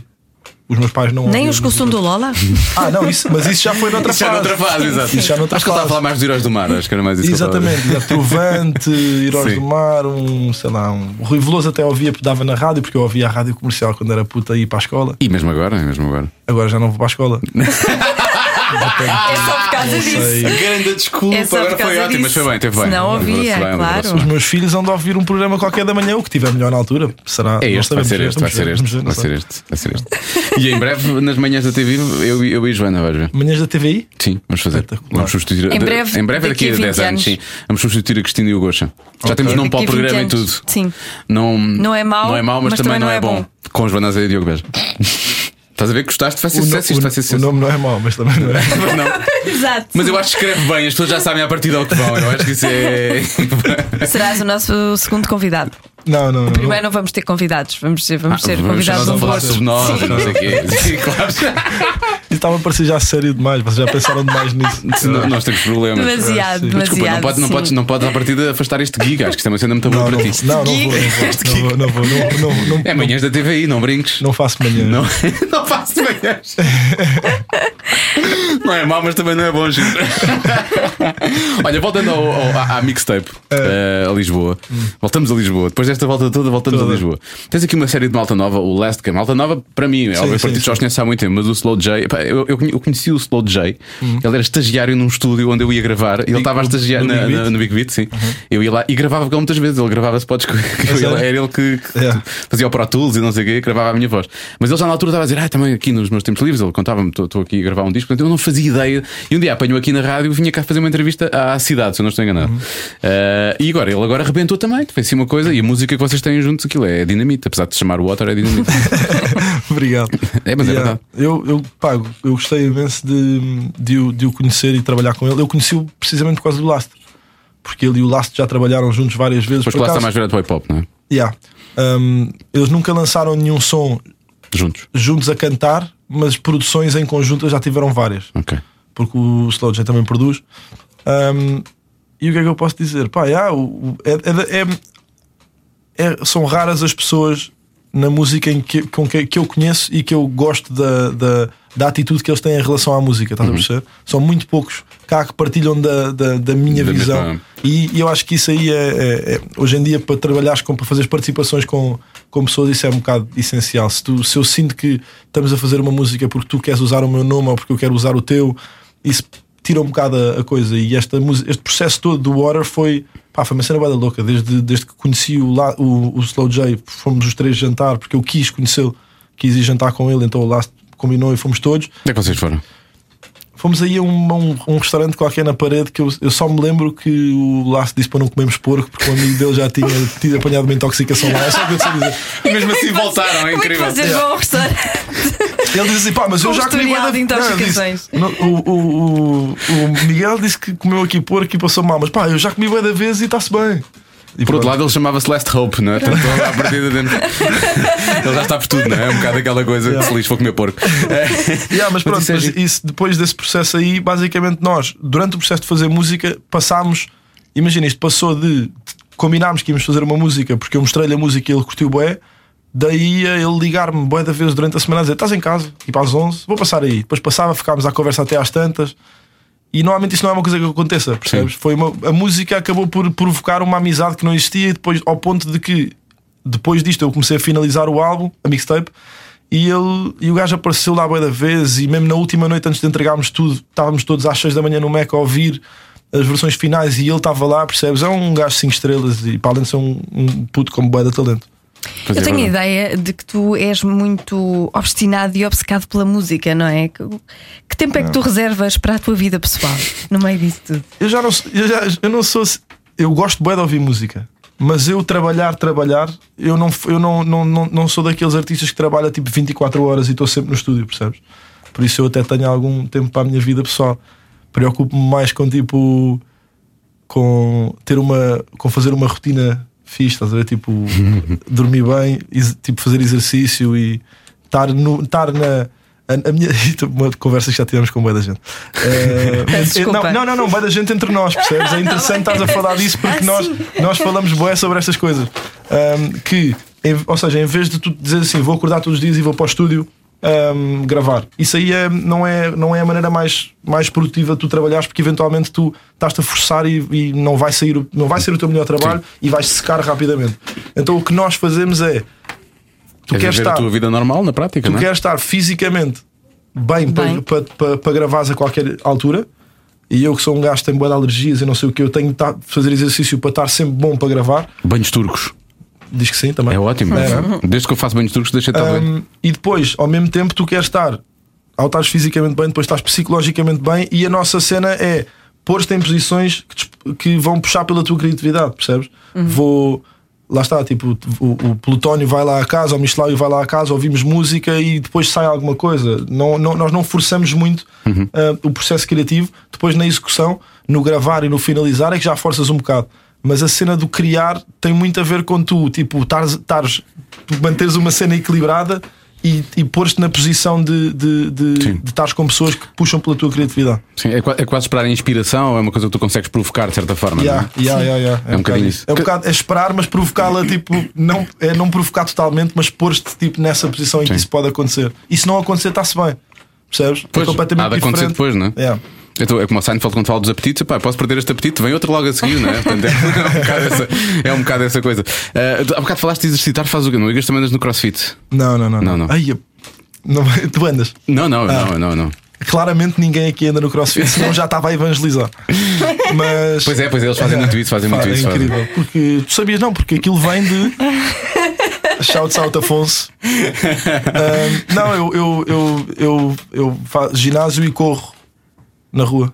Speaker 4: Os meus pais não
Speaker 3: Nem
Speaker 4: ouviam
Speaker 3: os que o som
Speaker 4: música.
Speaker 3: do
Speaker 2: *laughs*
Speaker 3: Lola?
Speaker 4: Ah, não, isso, mas isso já foi noutra
Speaker 2: Isso já
Speaker 4: fase.
Speaker 2: noutra fase, exato.
Speaker 4: Isso já noutra
Speaker 2: acho que ele estava a
Speaker 4: fase.
Speaker 2: falar mais dos heróis do mar, acho que era mais isso. que ele estava a dizer.
Speaker 4: Exatamente, exato. Trovante, Heróis
Speaker 2: Sim.
Speaker 4: do Mar, um, sei lá, um. o Rui Veloso até ouvia, dava na rádio, porque eu ouvia a rádio comercial quando era puta e ia para a escola.
Speaker 2: E mesmo agora, mesmo agora.
Speaker 4: Agora já não vou para a escola.
Speaker 3: É só por causa disso.
Speaker 4: Sei.
Speaker 2: Grande desculpa,
Speaker 3: É só por
Speaker 2: agora foi
Speaker 3: causa
Speaker 2: ótimo, mas
Speaker 3: disso.
Speaker 2: foi bem, teve bem.
Speaker 3: Senão
Speaker 2: Lembrou-se
Speaker 3: ouvia,
Speaker 2: bem,
Speaker 3: claro.
Speaker 2: lembrou-se
Speaker 4: Os
Speaker 2: bem.
Speaker 4: meus filhos andam a ouvir um programa qualquer da manhã, o que tiver melhor na altura. Será?
Speaker 2: É
Speaker 4: não
Speaker 2: este, vai
Speaker 4: sabemos,
Speaker 2: ser este, vai
Speaker 4: vamos
Speaker 2: ser
Speaker 4: ver,
Speaker 2: este, vai
Speaker 4: vamos ver,
Speaker 2: ser
Speaker 4: não
Speaker 2: este, vai ser este. E em breve, nas manhãs da TV, eu, e- eu e a Joana, vais ver.
Speaker 4: sei. Manhãs da TVI?
Speaker 2: Sim, vamos fazer.
Speaker 4: Espetacular.
Speaker 2: Vamos substituir a-
Speaker 3: Em breve,
Speaker 2: em breve daqui,
Speaker 3: daqui a
Speaker 2: a 10
Speaker 3: 20
Speaker 2: anos, sim.
Speaker 3: anos.
Speaker 2: Vamos substituir a Cristina e o Gocha. Já temos nome para o
Speaker 3: Daqui a 20
Speaker 2: programa e tudo.
Speaker 3: anos. Sim.
Speaker 2: Não, não
Speaker 3: é mau,
Speaker 2: não é mau mas, também, não, é bom. Com os bananas e
Speaker 4: *laughs*
Speaker 2: Diogo Beja. Estás a ver que gostaste? Vai ser
Speaker 4: O, no-
Speaker 2: sucesso. Isto vai ser
Speaker 4: o, o
Speaker 2: sucesso.
Speaker 4: nome não é mau, mas também não é.
Speaker 2: *laughs* Mas não.
Speaker 3: Exato.
Speaker 2: Mas eu acho que escreve bem, as pessoas já sabem à partida ao que vão. Eu acho que isso é.
Speaker 3: Serás o nosso segundo convidado.
Speaker 4: Não, não, não.
Speaker 3: Primeiro não vamos ter convidados, vamos ser, vamos ser
Speaker 2: Ah, Vamos
Speaker 3: convidados
Speaker 2: nós
Speaker 3: um
Speaker 2: a
Speaker 3: do
Speaker 2: falar
Speaker 3: outro.
Speaker 2: sobre nós, e não sei o
Speaker 3: *laughs*
Speaker 2: quê. Sim, claro.
Speaker 4: Isso estava a parecer já sério demais, vocês já pensaram
Speaker 2: *laughs*
Speaker 4: demais nisso.
Speaker 2: Senão Nós temos problemas.
Speaker 3: Demasiado,
Speaker 4: Sim.
Speaker 3: demasiado.
Speaker 2: Desculpa, não podes, não,
Speaker 3: sim.
Speaker 2: podes, não podes à partida afastar este gig. Acho que isto é uma cena muito boa
Speaker 4: Não, não,
Speaker 2: para ti.
Speaker 4: não, não vou, não vou, não vou, não vou, não, não,
Speaker 2: É manhãs da TVI, não brinques.
Speaker 4: *laughs* não faço manhã.
Speaker 2: Não, não faço manhãs. Não é mau, mas também não é bom, gente. Olha, voltando ao, ao- à, à mixtape, eh, a Lisboa. Voltamos a Lisboa. Depois desta volta toda, voltamos
Speaker 4: É. Toda.
Speaker 2: a Lisboa. Tens aqui uma série de malta nova, o Last Game. Malta nova, para mim, é óbvio,
Speaker 4: sim,
Speaker 2: partido
Speaker 4: sim.
Speaker 2: já os conheço há muito tempo, mas o Slow J. pá, eu, eu conhe- eu conheci o Slow J. Ele era estagiário num estúdio onde eu ia gravar. Ele estava a
Speaker 4: no-
Speaker 2: estagiar
Speaker 4: no
Speaker 2: na-
Speaker 4: Uhum. Big
Speaker 2: na-
Speaker 4: Beat? Uhum.
Speaker 2: no Big Beat, sim. Eu ia lá e gravava com *laughs* ele muitas vezes. Ele gravava spots que que eu ia lá.
Speaker 4: sério?
Speaker 2: Era ele É que, que
Speaker 4: Yeah.
Speaker 2: fazia o Pro Tools e não sei o quê, gravava a minha voz. Mas ele já na altura estava a dizer, ah, também aqui nos meus tempos livres, ele contava-me, estou aqui a gravar um disco, portanto eu não fazia ideia. E um dia apanhou aqui na rádio e vinha cá fazer uma entrevista à cidade, se eu não estou enganado.
Speaker 4: Uhum.
Speaker 2: Eh, e agora, ele agora arrebentou também, fez assim uma coisa, e a música que vocês têm juntos, aquilo é dinamite, apesar de se chamar Water, é
Speaker 4: *laughs*
Speaker 2: dinamite.
Speaker 4: Obrigado.
Speaker 2: É, mas é verdade.
Speaker 4: Eu, eu, pá, eu gostei imenso de, de, o- de o conhecer e trabalhar com ele. Eu conheci-o precisamente por causa do Last. Porque ele e o Last já trabalharam juntos várias vezes.
Speaker 2: Depois
Speaker 4: por
Speaker 2: lá está
Speaker 4: acaso.
Speaker 2: mais virado para o hip hop, não é?
Speaker 4: Yeah. Um, eles nunca lançaram nenhum som
Speaker 2: Juntos.
Speaker 4: juntos a cantar, mas produções em conjunto já tiveram várias.
Speaker 2: Ok.
Speaker 4: Porque o Slow J também produz. Um, e o que é que eu posso dizer? Pá, yeah, o- o- é, é da- é- é- são raras as pessoas na música em que, com que, que eu conheço e que eu gosto da, da, da atitude que eles têm em relação à música,
Speaker 2: Uhum.
Speaker 4: estás a perceber? São muito poucos cá que partilham da, da, da minha
Speaker 2: Da
Speaker 4: visão.
Speaker 2: mesma-
Speaker 4: E, e eu acho que isso aí é, é- é- hoje em dia para trabalhares com, para fazeres participações com, com pessoas, isso é um bocado essencial. Se, tu, se eu sinto que estamos a fazer uma música porque tu queres usar o meu nome ou porque eu quero usar o teu, isso tira um bocado a, a coisa. E esta, música- este processo todo do Water foi, pá, foi uma cena bada louca. Desde, desde que conheci o, La- o, o Slow J, fomos os três jantar, porque eu quis conhecê-lo, quis ir jantar com ele, então o Last combinou e fomos todos.
Speaker 2: Onde é que vocês foram?
Speaker 4: Fomos aí a um, a um- um restaurante qualquer na parede que eu, eu só me lembro que o Laço disse para não comermos porco porque um amigo dele
Speaker 3: *laughs*
Speaker 4: já tinha tido apanhado uma intoxicação lá. É só o que eu sei dizer.
Speaker 2: E mesmo assim voltaram, é
Speaker 3: Como é que
Speaker 2: incrível.
Speaker 3: vocês vão ao restaurante?
Speaker 4: Ele disse assim: pá, mas eu
Speaker 3: Com
Speaker 4: já comi
Speaker 3: historial
Speaker 4: bué
Speaker 3: de
Speaker 4: Não, eu disse-
Speaker 3: intoxicações.
Speaker 4: não, o, o, o, o Miguel disse que comeu aqui porco e passou mal, mas pá, eu já comi bué da vez e está-se bem. E
Speaker 2: Por
Speaker 4: pronto.
Speaker 2: outro lado, ele chamava-se Last Hope, não é? Portanto, ele, à partida
Speaker 4: *laughs*
Speaker 2: dentro- ele já está por tudo, não é? É um bocado aquela coisa que se lixe, vou comer porco. É.
Speaker 4: *laughs* Yeah, mas pronto,
Speaker 2: isso é
Speaker 4: mas
Speaker 2: giro.
Speaker 4: isso, depois desse processo aí, basicamente nós, durante o processo de fazer música, passámos, imagina isto, passou de combinámos que íamos fazer uma música porque eu mostrei-lhe a música e ele curtiu bué, daí a ele ligar-me bué da vez durante a semana a dizer estás em casa, tipo às 11, vou passar aí. Depois passava, ficámos à conversa até às tantas. E normalmente isso não é uma coisa que aconteça, percebes?
Speaker 2: Sim.
Speaker 4: Foi uma, a música acabou por provocar uma amizade que não existia e depois, ao ponto de que depois disto eu comecei a finalizar o álbum, a mixtape, e, ele, e o gajo apareceu lá boa da vez, e mesmo na última noite antes de entregarmos tudo, estávamos todos às 6 da manhã no Mac a ouvir as versões finais e ele estava lá, percebes? É um gajo 5 estrelas e para além de ser um, um puto como boé da talento.
Speaker 2: Pois é,
Speaker 3: Eu tenho a
Speaker 2: verdade.
Speaker 3: ideia de que tu és muito obstinado e obcecado pela música, não é? Que, que tempo é que tu reservas para a tua vida pessoal no meio disso tudo?
Speaker 4: Eu já não, sou- eu já, eu não sou. Eu gosto bem de ouvir música, mas eu trabalhar, trabalhar, eu não, eu não, não, não, não sou daqueles artistas que trabalha tipo 24 horas e estou sempre no estúdio, percebes? Por isso eu até tenho algum tempo para a minha vida pessoal. Preocupo-me mais com tipo. com ter uma. com fazer uma rotina fixe, estás a ver? Tipo, dormir bem, ex- tipo, fazer exercício e estar, no, estar na. A, a minha. *laughs* tipo, uma conversa que já tivemos com boa da gente.
Speaker 3: *laughs*
Speaker 4: Eh,
Speaker 3: Peço
Speaker 4: não,
Speaker 3: desculpa.
Speaker 4: não, não, não, vai da gente entre nós, percebes?
Speaker 3: *laughs*
Speaker 4: É interessante estás a falar disso porque
Speaker 3: Ah,
Speaker 4: nós,
Speaker 3: sim.
Speaker 4: nós falamos bué sobre estas coisas. Ahm, que, em- ou seja, em vez de tu dizer assim, vou acordar todos os dias e vou para o estúdio ahm, gravar, isso aí é- não, é, não é a maneira mais, mais produtiva de tu trabalhares porque eventualmente tu estás-te a forçar e, e não, vai sair, o- não vai ser o teu melhor trabalho e vais secar rapidamente. Então o que nós fazemos é. Tu
Speaker 2: Queres
Speaker 4: queres
Speaker 2: É viver
Speaker 4: estar
Speaker 2: a tua vida normal na prática,
Speaker 4: tu
Speaker 2: não é?
Speaker 4: queres estar fisicamente bem,
Speaker 3: Bem.
Speaker 4: para pa, pa gravares a qualquer altura. E eu que sou um gajo que tem boa de alergias e não sei o que, eu tenho de tá- fazer exercício para estar sempre bom para gravar.
Speaker 2: Banhos turcos.
Speaker 4: Diz que sim também.
Speaker 2: É ótimo.
Speaker 4: É, não
Speaker 2: Desde que eu faço banhos turcos, deixa de estar doente.
Speaker 4: Hum, e depois, ao mesmo tempo, tu queres estar, ao estares fisicamente bem, depois estás psicologicamente bem, e a nossa cena é pôr-te em posições que, te- que vão puxar pela tua criatividade, percebes? Vou. Lá está, tipo, o, o Plutónio vai lá a casa, o Michelau vai lá a casa, ouvimos música e depois sai alguma coisa. Não, não- nós não forçamos muito ah, o processo criativo, depois na execução, no gravar e no finalizar é que já forças um bocado. Mas a cena do criar tem muito a ver com tu, tipo, tares, tares, tu manteres uma cena equilibrada e, e pôr-te na posição de, de, de,
Speaker 2: Sim.
Speaker 4: de estares com pessoas que puxam pela tua criatividade.
Speaker 2: Sim, é, qua- é quase esperar a inspiração ou é uma coisa que tu consegues provocar de certa forma?
Speaker 4: Yeah,
Speaker 2: não é?
Speaker 4: yeah, yeah, yeah.
Speaker 2: É um bocadinho isso.
Speaker 4: É um bocado é esperar, mas provocá-la, tipo, não, é não provocar totalmente, mas pôr-te tipo, nessa posição em que
Speaker 2: Sim.
Speaker 4: isso pode acontecer. E se não acontecer, está-se bem. Percebes?
Speaker 2: Pois,
Speaker 4: é completamente
Speaker 2: há de acontecer
Speaker 4: diferente.
Speaker 2: depois, não é?
Speaker 4: Yeah.
Speaker 2: Então, é como o Seinfeld quando fala dos apetites, pá, posso perder este apetite, vem outro logo a seguir, não é? *laughs* Portanto, é, um bocado essa, é um bocado essa coisa. Ah, tu- há bocado falaste de exercitar, faz o quê? Não ligas também andas no crossfit?
Speaker 4: Não, não, não.
Speaker 2: Não, não.
Speaker 4: Ai, eu- não, *laughs* tu andas.
Speaker 2: Não, não,
Speaker 4: Ah.
Speaker 2: não, não, não.
Speaker 4: Claramente ninguém aqui anda
Speaker 2: *laughs*
Speaker 4: no crossfit, senão já estava a evangelizar. Mas.
Speaker 2: Pois é, pois é, eles fazem muito isso, fazem muito
Speaker 4: Fazem,
Speaker 2: isso.
Speaker 4: É
Speaker 2: fazem.
Speaker 4: incrível. Porque tu sabias não, porque aquilo
Speaker 3: *laughs*
Speaker 4: vem de. Shouts out Afonso. Ahm, não, eu, eu, eu, eu, eu faço ginásio e corro na rua.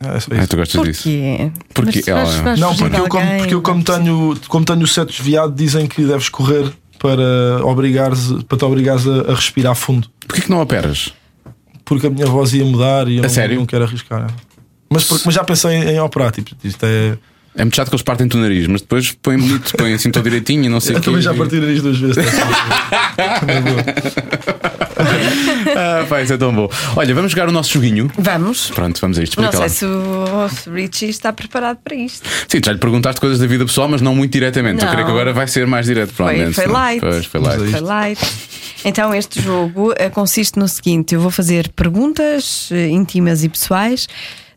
Speaker 4: É, é isso.
Speaker 2: Ah, tu gostas disso?
Speaker 3: Porquê?
Speaker 2: Porque
Speaker 3: Mas
Speaker 2: ela-
Speaker 3: vais- vais
Speaker 4: Não,
Speaker 3: fugir
Speaker 4: porque
Speaker 3: de
Speaker 4: eu, como,
Speaker 3: alguém, é
Speaker 4: porque eu como, tenho, como tenho o set desviado, dizem que deves correr para, obrigares, para te obrigares a, a respirar fundo.
Speaker 2: Porquê que não operas?
Speaker 4: Porque a minha voz ia mudar e eu
Speaker 2: A
Speaker 4: não,
Speaker 2: sério?
Speaker 4: não quero arriscar. é. Mas, porque- mas já pensei em, em operar, tipo, isto é.
Speaker 2: É muito chato que eles partem do nariz, mas depois põem bonito, põem assim todo direitinho e não sei
Speaker 4: Eu
Speaker 2: o quê.
Speaker 4: também já parti o nariz duas vezes.
Speaker 2: *laughs* Ah, pá, isso é tão bom. Olha, vamos jogar o nosso joguinho.
Speaker 3: Vamos.
Speaker 2: Pronto, vamos a isto.
Speaker 3: Não
Speaker 2: explica lá.
Speaker 3: sei se o se o Richie está preparado para isto.
Speaker 2: Sim, já lhe perguntaste coisas da vida pessoal, mas não muito diretamente. Eu
Speaker 3: Não.
Speaker 2: creio que agora vai ser mais direto,
Speaker 3: Foi,
Speaker 2: provavelmente.
Speaker 3: foi
Speaker 2: não? é?
Speaker 3: light.
Speaker 2: Pois, foi light.
Speaker 3: Foi light. Então, este jogo eh, consiste no seguinte: eu vou fazer perguntas eh, íntimas e pessoais.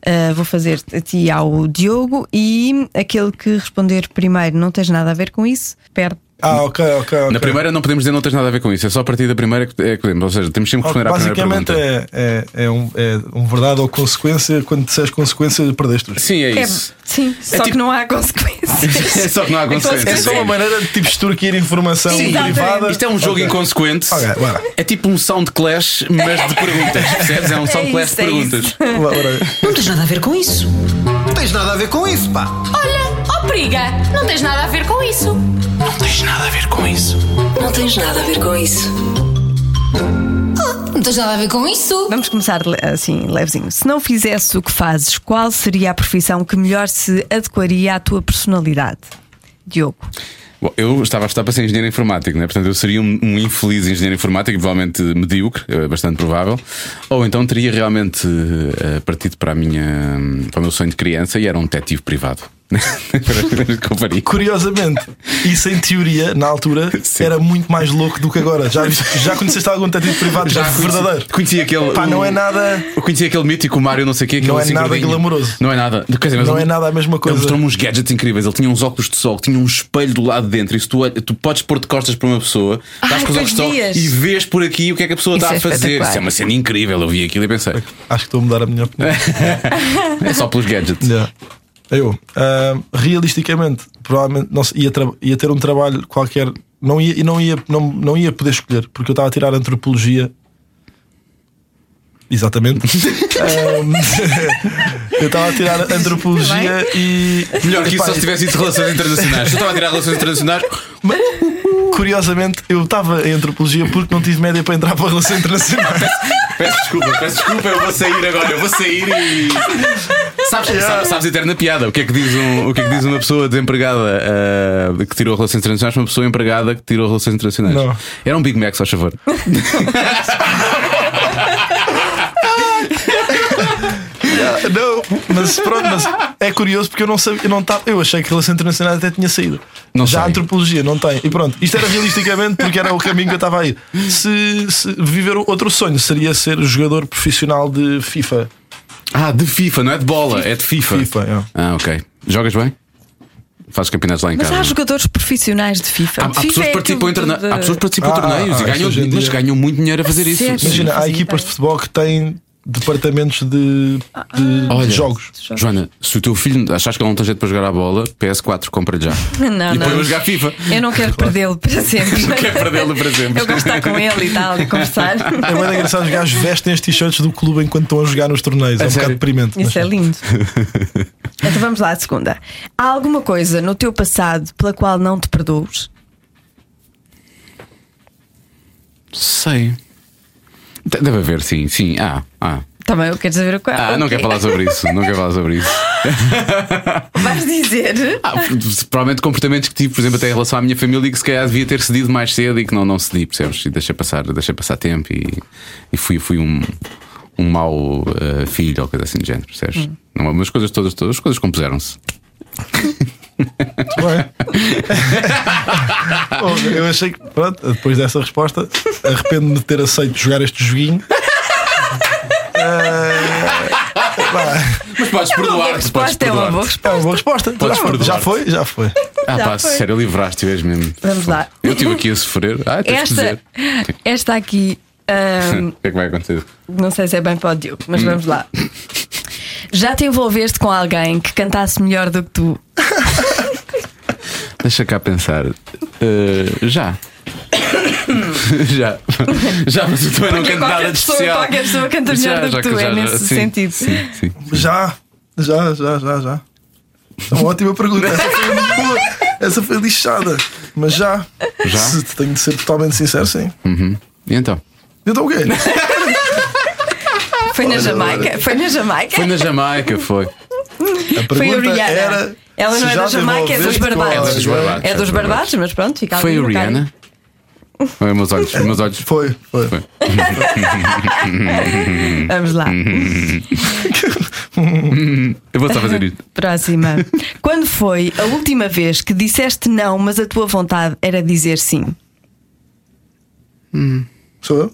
Speaker 3: eh, vou fazer a ti e ao Diogo e aquele que responder primeiro não tens nada a ver com isso, perde.
Speaker 4: Ah, ok, ok. ok.
Speaker 2: Na primeira não podemos dizer não tens nada a ver com isso, é só a partir da primeira que é que podemos. Ou seja, temos sempre que
Speaker 4: Ok,
Speaker 2: responder à primeira
Speaker 4: Basicamente
Speaker 2: pergunta.
Speaker 4: é, é, é, um, é um verdade ou consequência. Quando disseres consequência, perdeste os
Speaker 2: Sim, é isso.
Speaker 3: sim, só
Speaker 2: tipo-
Speaker 3: que não há consequências.
Speaker 2: *laughs* É só que não há
Speaker 3: É
Speaker 2: consequência.
Speaker 4: É só uma maneira de tipo extorquir informação
Speaker 2: Sim,
Speaker 4: privada.
Speaker 2: Isto é um jogo
Speaker 4: Ok.
Speaker 2: inconsequente.
Speaker 4: Ok, bora.
Speaker 2: É tipo um sound clash, mas de perguntas. Percebes? É um sound
Speaker 3: *laughs* É
Speaker 2: clash
Speaker 3: isso,
Speaker 2: de
Speaker 3: é
Speaker 2: perguntas.
Speaker 4: *laughs* Bora, bora.
Speaker 1: Não tens nada a ver com isso.
Speaker 7: Não tens nada a ver com isso, pá.
Speaker 8: Olha, ó briga, não tens nada a ver com isso.
Speaker 7: Não tens nada a ver com isso.
Speaker 9: Não tens nada a ver com isso.
Speaker 8: Não tens nada a ver com isso.
Speaker 3: Vamos começar le- assim, levezinho. Se não fizesse o que fazes, qual seria a profissão que melhor se adequaria à tua personalidade? Diogo.
Speaker 2: Bom, eu estava a estudar para ser engenheiro informático, né? portanto eu seria um, um infeliz engenheiro informático, provavelmente medíocre, é bastante provável, ou então teria realmente eh, partido para, a minha, para o meu sonho de criança e era um detetive privado. *laughs*
Speaker 4: *laughs*
Speaker 2: Que eu faria.
Speaker 4: Curiosamente, isso em teoria, na altura,
Speaker 2: Sim.
Speaker 4: era muito mais louco do que agora. Já, viste- já conheceste algum detetive privado já
Speaker 2: conheci-
Speaker 4: verdadeiro?
Speaker 2: Conheci aquele.
Speaker 4: Pá, não é nada.
Speaker 2: Eu conheci aquele mítico Mário, não sei o quê. aquele
Speaker 4: Não é
Speaker 2: assim
Speaker 4: nada
Speaker 2: gordinho.
Speaker 4: glamouroso.
Speaker 2: Não é nada. Quer dizer, mas
Speaker 4: Não
Speaker 2: ele-
Speaker 4: é nada a mesma coisa.
Speaker 2: Ele mostrou-me uns gadgets incríveis. Ele tinha uns óculos de sol, tinha um espelho do lado de dentro. Isso tu, tu podes pôr de costas para uma pessoa, estás
Speaker 3: Ai,
Speaker 2: com os óculos de sol
Speaker 3: pois vias.
Speaker 2: e vês por aqui o que é que a pessoa
Speaker 3: Isso
Speaker 2: está
Speaker 3: é
Speaker 2: a fazer.
Speaker 3: espetacular.
Speaker 2: Isso é uma cena incrível. Eu vi aquilo e pensei.
Speaker 4: Acho que estou a mudar a minha opinião.
Speaker 2: É só pelos gadgets.
Speaker 4: Yeah. Eu, ahm, realisticamente, provavelmente não sei, ia, tra- ia ter um trabalho qualquer, não ia, e não ia, não, não ia poder escolher, porque eu estava a tirar antropologia.
Speaker 2: *laughs*
Speaker 4: Exatamente. Ahm, *laughs* eu estava a tirar antropologia e.
Speaker 2: Melhor que isso
Speaker 4: Epá,
Speaker 2: só se tivesse ido de relações internacionais. Se eu estava a tirar relações internacionais,
Speaker 4: Curiosamente, eu estava em antropologia porque não tive média para entrar para a relação internacional.
Speaker 2: peço desculpa, peço desculpa, eu vou sair agora, eu vou sair e. Sabes, sabes, sabes eterna piada. O que é que diz, um, o que é que diz uma pessoa desempregada ah, que tirou relações internacionais para uma pessoa empregada que tirou relações internacionais?
Speaker 4: Não.
Speaker 2: Era um Big Mac, só favor.
Speaker 4: *laughs* não, mas pronto, mas é curioso porque eu não sabia, eu não estava, eu achei que relações internacionais até tinha saído.
Speaker 2: Não
Speaker 4: Já
Speaker 2: sei.
Speaker 4: a antropologia não tem. E pronto, isto era realisticamente porque era o caminho que eu estava a ir. Se, se viver outro sonho seria ser jogador profissional de FIFA.
Speaker 2: Ah, de FIFA, não é de bola, é de FIFA.
Speaker 4: FIFA, é.
Speaker 2: Ah, ok. Jogas bem? Fazes campeonatos lá em
Speaker 3: Mas
Speaker 2: casa?
Speaker 3: há
Speaker 2: não?
Speaker 3: jogadores profissionais de FIFA.
Speaker 2: Há, há
Speaker 3: FIFA
Speaker 2: pessoas que
Speaker 3: é
Speaker 2: participam, em
Speaker 3: aquilo
Speaker 2: torne-
Speaker 3: de-
Speaker 2: há pessoas que participam em
Speaker 4: Ah,
Speaker 2: torneios
Speaker 4: ah,
Speaker 2: e
Speaker 4: ah,
Speaker 2: ganham,
Speaker 4: hoje em
Speaker 2: mas
Speaker 4: dia.
Speaker 2: ganham muito dinheiro a fazer isso.
Speaker 3: Certo.
Speaker 2: Sim.
Speaker 4: Imagina, há
Speaker 3: Sim, é
Speaker 4: equipas de
Speaker 3: tem.
Speaker 4: futebol que têm departamentos de, de
Speaker 2: Ah, Olha,
Speaker 4: jogos.
Speaker 2: Joana, se o teu filho achas que ele não tem jeito para jogar a bola, PS4, compra-lhe já.
Speaker 3: *laughs* Não,
Speaker 2: e
Speaker 3: não.
Speaker 2: põe-o a jogar FIFA.
Speaker 3: Eu não quero perdê-lo para sempre.
Speaker 2: Não quero perdê-lo para sempre.
Speaker 3: Eu gosto de estar com ele e tal, e conversar.
Speaker 4: É bem engraçado, os gajos vestem as t-shirts do clube enquanto estão a jogar nos torneios. É, um
Speaker 2: sério?
Speaker 4: bocado deprimente. mas-
Speaker 3: Isso é lindo. Então vamos lá à segunda. Há alguma coisa no teu passado pela qual não te perdoas?
Speaker 2: Sei. De- Deve haver, sim, sim. Ah, ah.
Speaker 3: Também eu quero saber o qual.
Speaker 2: Ah, não
Speaker 3: Ok.
Speaker 2: quero falar sobre isso. Não quero falar sobre isso. *laughs*
Speaker 3: Vais dizer.
Speaker 2: Ah, provavelmente comportamentos que tive, por exemplo, até em relação à minha família, que se calhar devia ter cedido mais cedo e que não, não cedi, percebes? E deixei passar, deixei passar tempo e, e fui, fui um, um mau eh, filho ou coisa assim do género, percebes? Não, mas as coisas todas, todas as coisas compuseram-se.
Speaker 4: *laughs* Bom, eu
Speaker 3: Ah,
Speaker 4: achei que, pronto, depois dessa resposta, arrependo-me de ter aceito jogar este joguinho. pá,
Speaker 2: Mas podes
Speaker 3: É uma boa
Speaker 2: perdoar-te, podes
Speaker 3: resposta, é uma boa
Speaker 2: perdoar-te.
Speaker 3: resposta.
Speaker 4: é uma boa resposta.
Speaker 2: Podes
Speaker 4: Tá bom, já
Speaker 2: perdoar-te.
Speaker 4: foi, já foi.
Speaker 2: Ah,
Speaker 3: Já
Speaker 2: pá,
Speaker 3: foi.
Speaker 2: sério, livraste mesmo.
Speaker 3: Vamos lá.
Speaker 2: Eu estive aqui a sofrer. Ah, tens que
Speaker 3: Esta,
Speaker 2: dizer.
Speaker 3: esta aqui, ahm,
Speaker 2: *laughs* O que é que vai acontecer?
Speaker 3: não sei se é bem para o Diogo, mas
Speaker 2: *laughs*
Speaker 3: vamos lá. Já te envolveste com alguém que cantasse melhor do que tu?
Speaker 2: Deixa cá pensar. Eh, já. *coughs*
Speaker 3: *coughs*
Speaker 2: já. Já, mas eu também não
Speaker 3: Porque
Speaker 2: canto
Speaker 3: qualquer
Speaker 2: nada de
Speaker 3: pessoa-
Speaker 2: especial.
Speaker 3: qualquer pessoa canta melhor do que tu, é nesse
Speaker 2: sim,
Speaker 3: sentido.
Speaker 2: Sim, sim.
Speaker 4: Já, já, já, já, já. É uma ótima pergunta. Essa foi muito boa. Essa foi lixada. Mas já.
Speaker 2: Já?
Speaker 4: Se tenho de ser totalmente sincero, sim.
Speaker 2: E então?
Speaker 3: *laughs*
Speaker 4: Então o quê?
Speaker 3: Foi na Jamaica? Foi na Jamaica?
Speaker 2: Foi na Jamaica, foi.
Speaker 4: A
Speaker 3: Foi a
Speaker 4: pergunta
Speaker 3: Rihanna.
Speaker 4: era.
Speaker 3: Ela
Speaker 4: se
Speaker 3: não é
Speaker 4: já
Speaker 3: da
Speaker 4: te
Speaker 3: Jamaica, é dos
Speaker 4: envolveste com
Speaker 3: Barbados.
Speaker 2: Ela é dos Barbados.
Speaker 3: É dos Barbados, mas pronto, fica ali
Speaker 2: Foi
Speaker 3: no
Speaker 2: a
Speaker 3: carinho.
Speaker 2: Rihanna? Olha, meus olhos, meus olhos.
Speaker 4: Foi, foi.
Speaker 2: Foi.
Speaker 3: Vamos lá.
Speaker 2: Uhum. Eu vou só
Speaker 3: *laughs*
Speaker 2: fazer isto. *laughs*
Speaker 3: Próxima. Quando foi a última vez que disseste não, mas a tua vontade era dizer sim?
Speaker 4: Sou eu?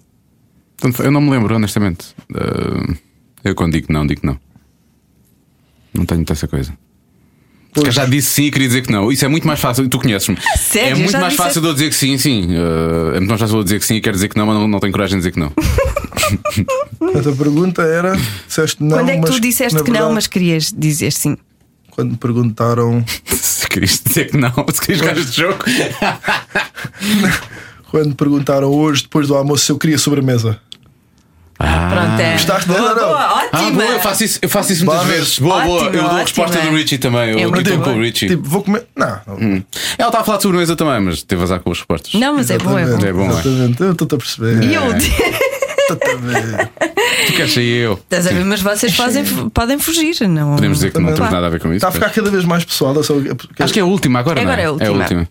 Speaker 2: Portanto, Então, eu não me lembro, honestamente. Eh, eu quando digo não, digo não. Não tenho muita essa coisa. Eu já disse sim e queria dizer que não. Isso é muito mais fácil. Tu conheces-me.
Speaker 3: sério?
Speaker 2: é
Speaker 3: Eu
Speaker 2: muito
Speaker 3: já
Speaker 2: mais
Speaker 3: disse-
Speaker 2: fácil de eu dizer que sim, sim. Eh, é muito mais fácil de eu dizer que sim e quero dizer que não, mas não, não tenho coragem de dizer que não.
Speaker 4: Portanto, a pergunta era: disseste não,
Speaker 3: Quando é que
Speaker 4: mas,
Speaker 3: tu disseste
Speaker 4: na
Speaker 3: que não,
Speaker 4: verdade,
Speaker 3: mas querias dizer sim?
Speaker 4: Quando me perguntaram.
Speaker 2: se querias dizer que não, *laughs* se querias jogar este jogo.
Speaker 4: Quando me perguntaram hoje, depois do almoço, se eu queria sobremesa.
Speaker 3: Pronto, é.
Speaker 4: Gostaste
Speaker 3: boa,
Speaker 4: dela ou não?
Speaker 3: boa,
Speaker 2: Ah,
Speaker 3: ótima.
Speaker 2: boa, eu faço isso, eu faço isso muitas
Speaker 4: Vamos.
Speaker 2: vezes. Boa, boa.
Speaker 3: Ótimo,
Speaker 2: Eu dou a
Speaker 3: ótimo,
Speaker 2: resposta
Speaker 3: é.
Speaker 2: do Richie também. Eu
Speaker 3: É muito
Speaker 2: estou
Speaker 3: bom.
Speaker 2: com o Richie. Hum.
Speaker 4: Tipo, vou comer. Não, não.
Speaker 2: Ela estava a falar de sobremesa também, mas teve azar com as respostas.
Speaker 3: Não, mas é bom, é bom.
Speaker 2: É bom, é.
Speaker 4: Exatamente, eu estou-te a perceber.
Speaker 3: E eu
Speaker 2: *laughs*
Speaker 4: Estou-te a ver.
Speaker 2: Tu queres sair eu.
Speaker 3: Estás a ver, mas vocês fazem- podem fugir, não?
Speaker 2: Podemos dizer que não
Speaker 4: Também.
Speaker 2: temos nada a ver com isso. é.
Speaker 4: Está a ficar cada vez mais pessoal. eu só-
Speaker 2: Acho que é a última agora,
Speaker 3: Agora é a
Speaker 2: não é?
Speaker 3: última.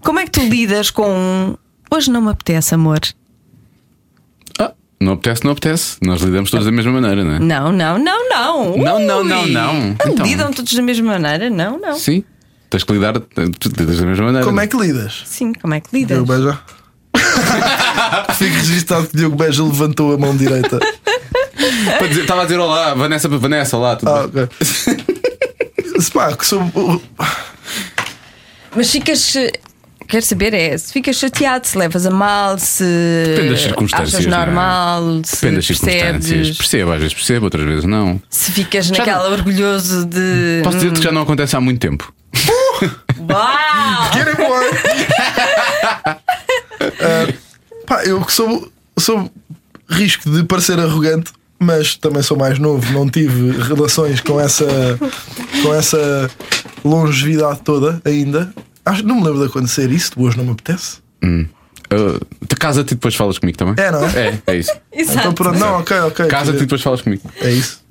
Speaker 3: Como é que tu lidas com um, hoje não me apetece, amor?
Speaker 2: Ah, não apetece, não apetece. Nós lidamos todos da mesma maneira, não é?
Speaker 3: Não, não, não, não.
Speaker 2: Não, não,
Speaker 3: Ui!
Speaker 2: não, não. Então.
Speaker 3: Lidam todos da mesma maneira? Não, não.
Speaker 2: Sim. Tens que lidar, tu lidas da mesma maneira.
Speaker 4: Como é que lidas?
Speaker 3: Sim, como é que lidas?
Speaker 4: Diogo Beja.
Speaker 2: *laughs*
Speaker 4: Fico registado que Diogo Beja levantou a mão direita.
Speaker 2: Para dizer- Estava a dizer olá, Vanessa, Vanessa, olá. Tudo
Speaker 4: Ah,
Speaker 2: bem? *laughs*
Speaker 4: ok. Se pá, que sou.
Speaker 3: Mas ficas. Quero saber é se ficas chateado, se levas a mal, se
Speaker 2: Depende das circunstâncias.
Speaker 3: achas
Speaker 2: não é?
Speaker 3: normal, se
Speaker 2: Depende das circunstâncias.
Speaker 3: percebes,
Speaker 2: Percebo, às vezes percebo, outras vezes não.
Speaker 3: se ficas
Speaker 2: Já
Speaker 3: naquela orgulhoso de
Speaker 2: Posso dizer-te que já não acontece há muito tempo. *laughs*
Speaker 3: uau!
Speaker 4: Get it, boy! Ah, pá, eu que sou, sou risco de parecer arrogante, mas também sou mais novo, não tive relações com essa, com essa longevidade toda ainda. Acho que não me lembro de acontecer isso, de hoje não me apetece.
Speaker 2: Ah, te casa-te e depois falas comigo também?
Speaker 4: É, não é?
Speaker 2: É, é isso.
Speaker 4: Então pronto, não, ok, ok.
Speaker 2: Casa-te e depois falas comigo.
Speaker 4: É isso.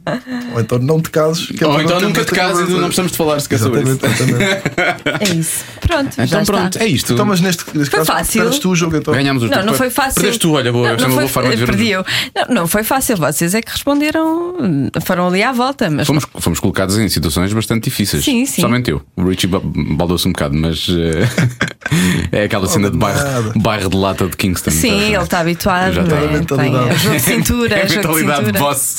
Speaker 4: Ou então não te cases. que é
Speaker 2: Ou
Speaker 4: para
Speaker 2: então
Speaker 4: não
Speaker 2: nunca
Speaker 4: termos
Speaker 2: te
Speaker 4: esta
Speaker 2: casas e
Speaker 4: conversa.
Speaker 2: não precisamos de falar sequer sobre isso.
Speaker 4: Exatamente,
Speaker 2: *laughs*
Speaker 4: exatamente.
Speaker 3: É isso. Pronto, já
Speaker 2: Então
Speaker 3: está.
Speaker 2: pronto, é isto.
Speaker 4: Então, mas neste, neste
Speaker 3: Foi
Speaker 4: caso,
Speaker 3: fácil.
Speaker 4: perdes tu o jogo então.
Speaker 2: Ganhámos os
Speaker 3: Não,
Speaker 2: dois.
Speaker 3: não foi fácil.
Speaker 2: Perdeste tu, olha, boa,
Speaker 3: Não,
Speaker 2: esta é
Speaker 3: não
Speaker 2: uma boa
Speaker 3: foi-
Speaker 2: forma de ver.
Speaker 3: Perdi eu. Não, não foi fácil, vocês é que responderam, foram ali à volta, mas
Speaker 2: Fomos, fomos colocados em situações bastante difíceis.
Speaker 3: Sim, sim.
Speaker 2: Somente eu. O Richie ba- baldou-se um bocado, mas eh, *laughs* é aquela cena de
Speaker 4: nada.
Speaker 2: bairro, bairro de lata de Kingston. tá?
Speaker 3: Sim, ele está habituado.
Speaker 2: Já
Speaker 3: não
Speaker 2: está.
Speaker 3: é?
Speaker 2: É a
Speaker 3: Tem
Speaker 4: mentalidade.
Speaker 3: jogo de
Speaker 2: *laughs*
Speaker 3: cintura,
Speaker 2: É a
Speaker 3: jogo de
Speaker 2: mentalidade de
Speaker 3: cintura.
Speaker 2: boss.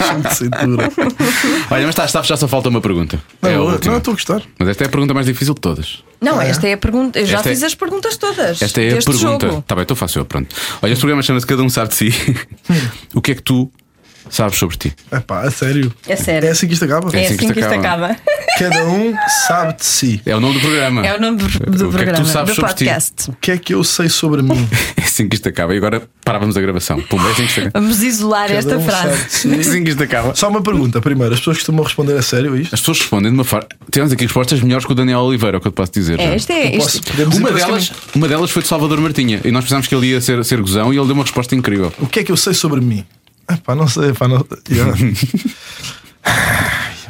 Speaker 4: Jogo de cintura.
Speaker 2: É Olha, mas está, está, já só falta uma pergunta.
Speaker 4: Não,
Speaker 2: é a
Speaker 4: eu-
Speaker 2: última.
Speaker 4: não, eu estou a gostar.
Speaker 2: Mas esta é a pergunta mais difícil de todas.
Speaker 3: Não, esta é a pergunta. Eu já
Speaker 2: Esta é-
Speaker 3: fiz as perguntas todas.
Speaker 2: Esta é a
Speaker 3: deste
Speaker 2: pergunta.
Speaker 3: Jogo.
Speaker 2: Tá bem, então faço eu, pronto. Olha, este programa chama-se Cada um sabe de si. *laughs* o que é que tu sabes sobre ti?
Speaker 4: É pá, a sério.
Speaker 3: É sério.
Speaker 4: É assim que isto acaba?
Speaker 3: É
Speaker 2: É assim
Speaker 3: assim
Speaker 2: que isto
Speaker 3: que, isto acaba.
Speaker 2: acaba.
Speaker 4: Cada um sabe de si.
Speaker 2: É o nome do programa.
Speaker 3: É o nome do, do
Speaker 2: o que é que
Speaker 3: programa,
Speaker 2: tu sabes
Speaker 3: do
Speaker 2: sobre ti?
Speaker 3: podcast.
Speaker 4: O que é que eu sei
Speaker 3: *laughs*
Speaker 4: sobre mim?
Speaker 2: *laughs* É assim que isto acaba. E agora parávamos a gravação. Pum, é assim que isto acaba.
Speaker 3: Vamos isolar esta
Speaker 4: um
Speaker 3: frase.
Speaker 2: É
Speaker 4: sabe de si.
Speaker 2: assim que isto acaba.
Speaker 4: Só uma pergunta primeiro. As pessoas costumam responder a sério a isto?
Speaker 2: As pessoas respondem de uma forma. Tivemos aqui respostas melhores que o Daniel Oliveira, é o que eu te posso dizer. já.
Speaker 3: É, isto é.
Speaker 4: Posso-
Speaker 3: Isto,
Speaker 4: podemos ir
Speaker 2: Uma
Speaker 4: por esse
Speaker 2: delas,
Speaker 4: caminho?
Speaker 2: uma delas foi de Salvador Martinha e nós pensámos que ele ia ser, ser gozão e ele deu uma resposta incrível.
Speaker 4: O que é que eu sei sobre mim? É pá, não sei.
Speaker 2: *laughs*
Speaker 4: Pá, não... Yeah.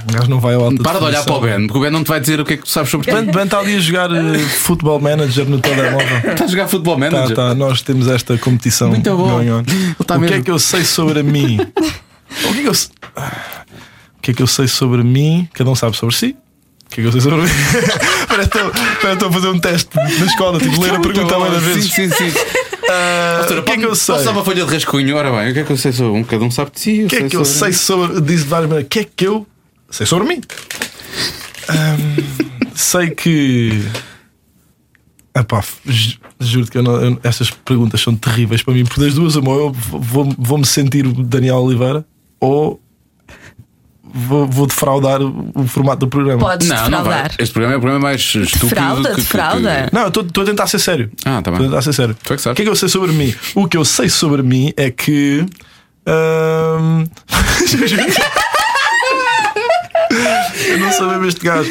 Speaker 4: O gajo não vai ao alto.
Speaker 2: Para de olhar para
Speaker 3: *laughs*
Speaker 2: o Ben, porque o Ben não te vai dizer o que é que tu sabes sobre ti.
Speaker 4: Ben Ben está ali a jogar eh, futebol manager
Speaker 3: *laughs*
Speaker 4: no telemóvel.
Speaker 2: Estás a jogar futebol
Speaker 4: Tá,
Speaker 2: manager?
Speaker 4: tá, nós temos esta competição
Speaker 2: Muito bom.
Speaker 4: going on.
Speaker 2: Ele tá
Speaker 4: o que é
Speaker 2: mesmo.
Speaker 4: que eu sei
Speaker 2: *laughs*
Speaker 4: sobre mim? o, que é que eu... se- o que é que eu sei sobre mim? Cada um sabe sobre si. O que é que eu sei sobre mim? *laughs* Parece que estou- parece que estou a fazer um teste na escola, tipo, ler a
Speaker 2: é Muito
Speaker 4: pergunta
Speaker 2: bom.
Speaker 4: várias
Speaker 2: Sim,
Speaker 4: *laughs* vezes.
Speaker 2: sim, sim.
Speaker 4: Ah, o que é que eu sei?
Speaker 2: Posso dar uma folha de rascunho? Ora bem, o que é que eu sei sobre um? Cada um sabe de si.
Speaker 4: O que é que eu
Speaker 2: né?
Speaker 4: sei sobre. Diz de várias maneiras. O que é que eu sei sobre mim? Ahm, sei que. Epá, ju- juro que eu não- eu- estas perguntas são terríveis para mim, porque das duas, uma, ou eu vou- vou-me sentir o Daniel Oliveira ou vou, vou defraudar o o formato do programa.
Speaker 3: Podes
Speaker 2: Não, não vai.
Speaker 3: defraudar.
Speaker 2: Este programa é o programa mais estúpido.
Speaker 3: Fralda,
Speaker 2: que- que-
Speaker 3: de fralda.
Speaker 4: Não, eu estou a tentar ser sério.
Speaker 2: Ah, tá bem.
Speaker 4: Estou a tentar ser sério.
Speaker 2: Tu é que sabes.
Speaker 4: O que é que eu sei sobre mim? O que eu sei sobre mim é que. ahm, *laughs* eu não sou mesmo este gajo.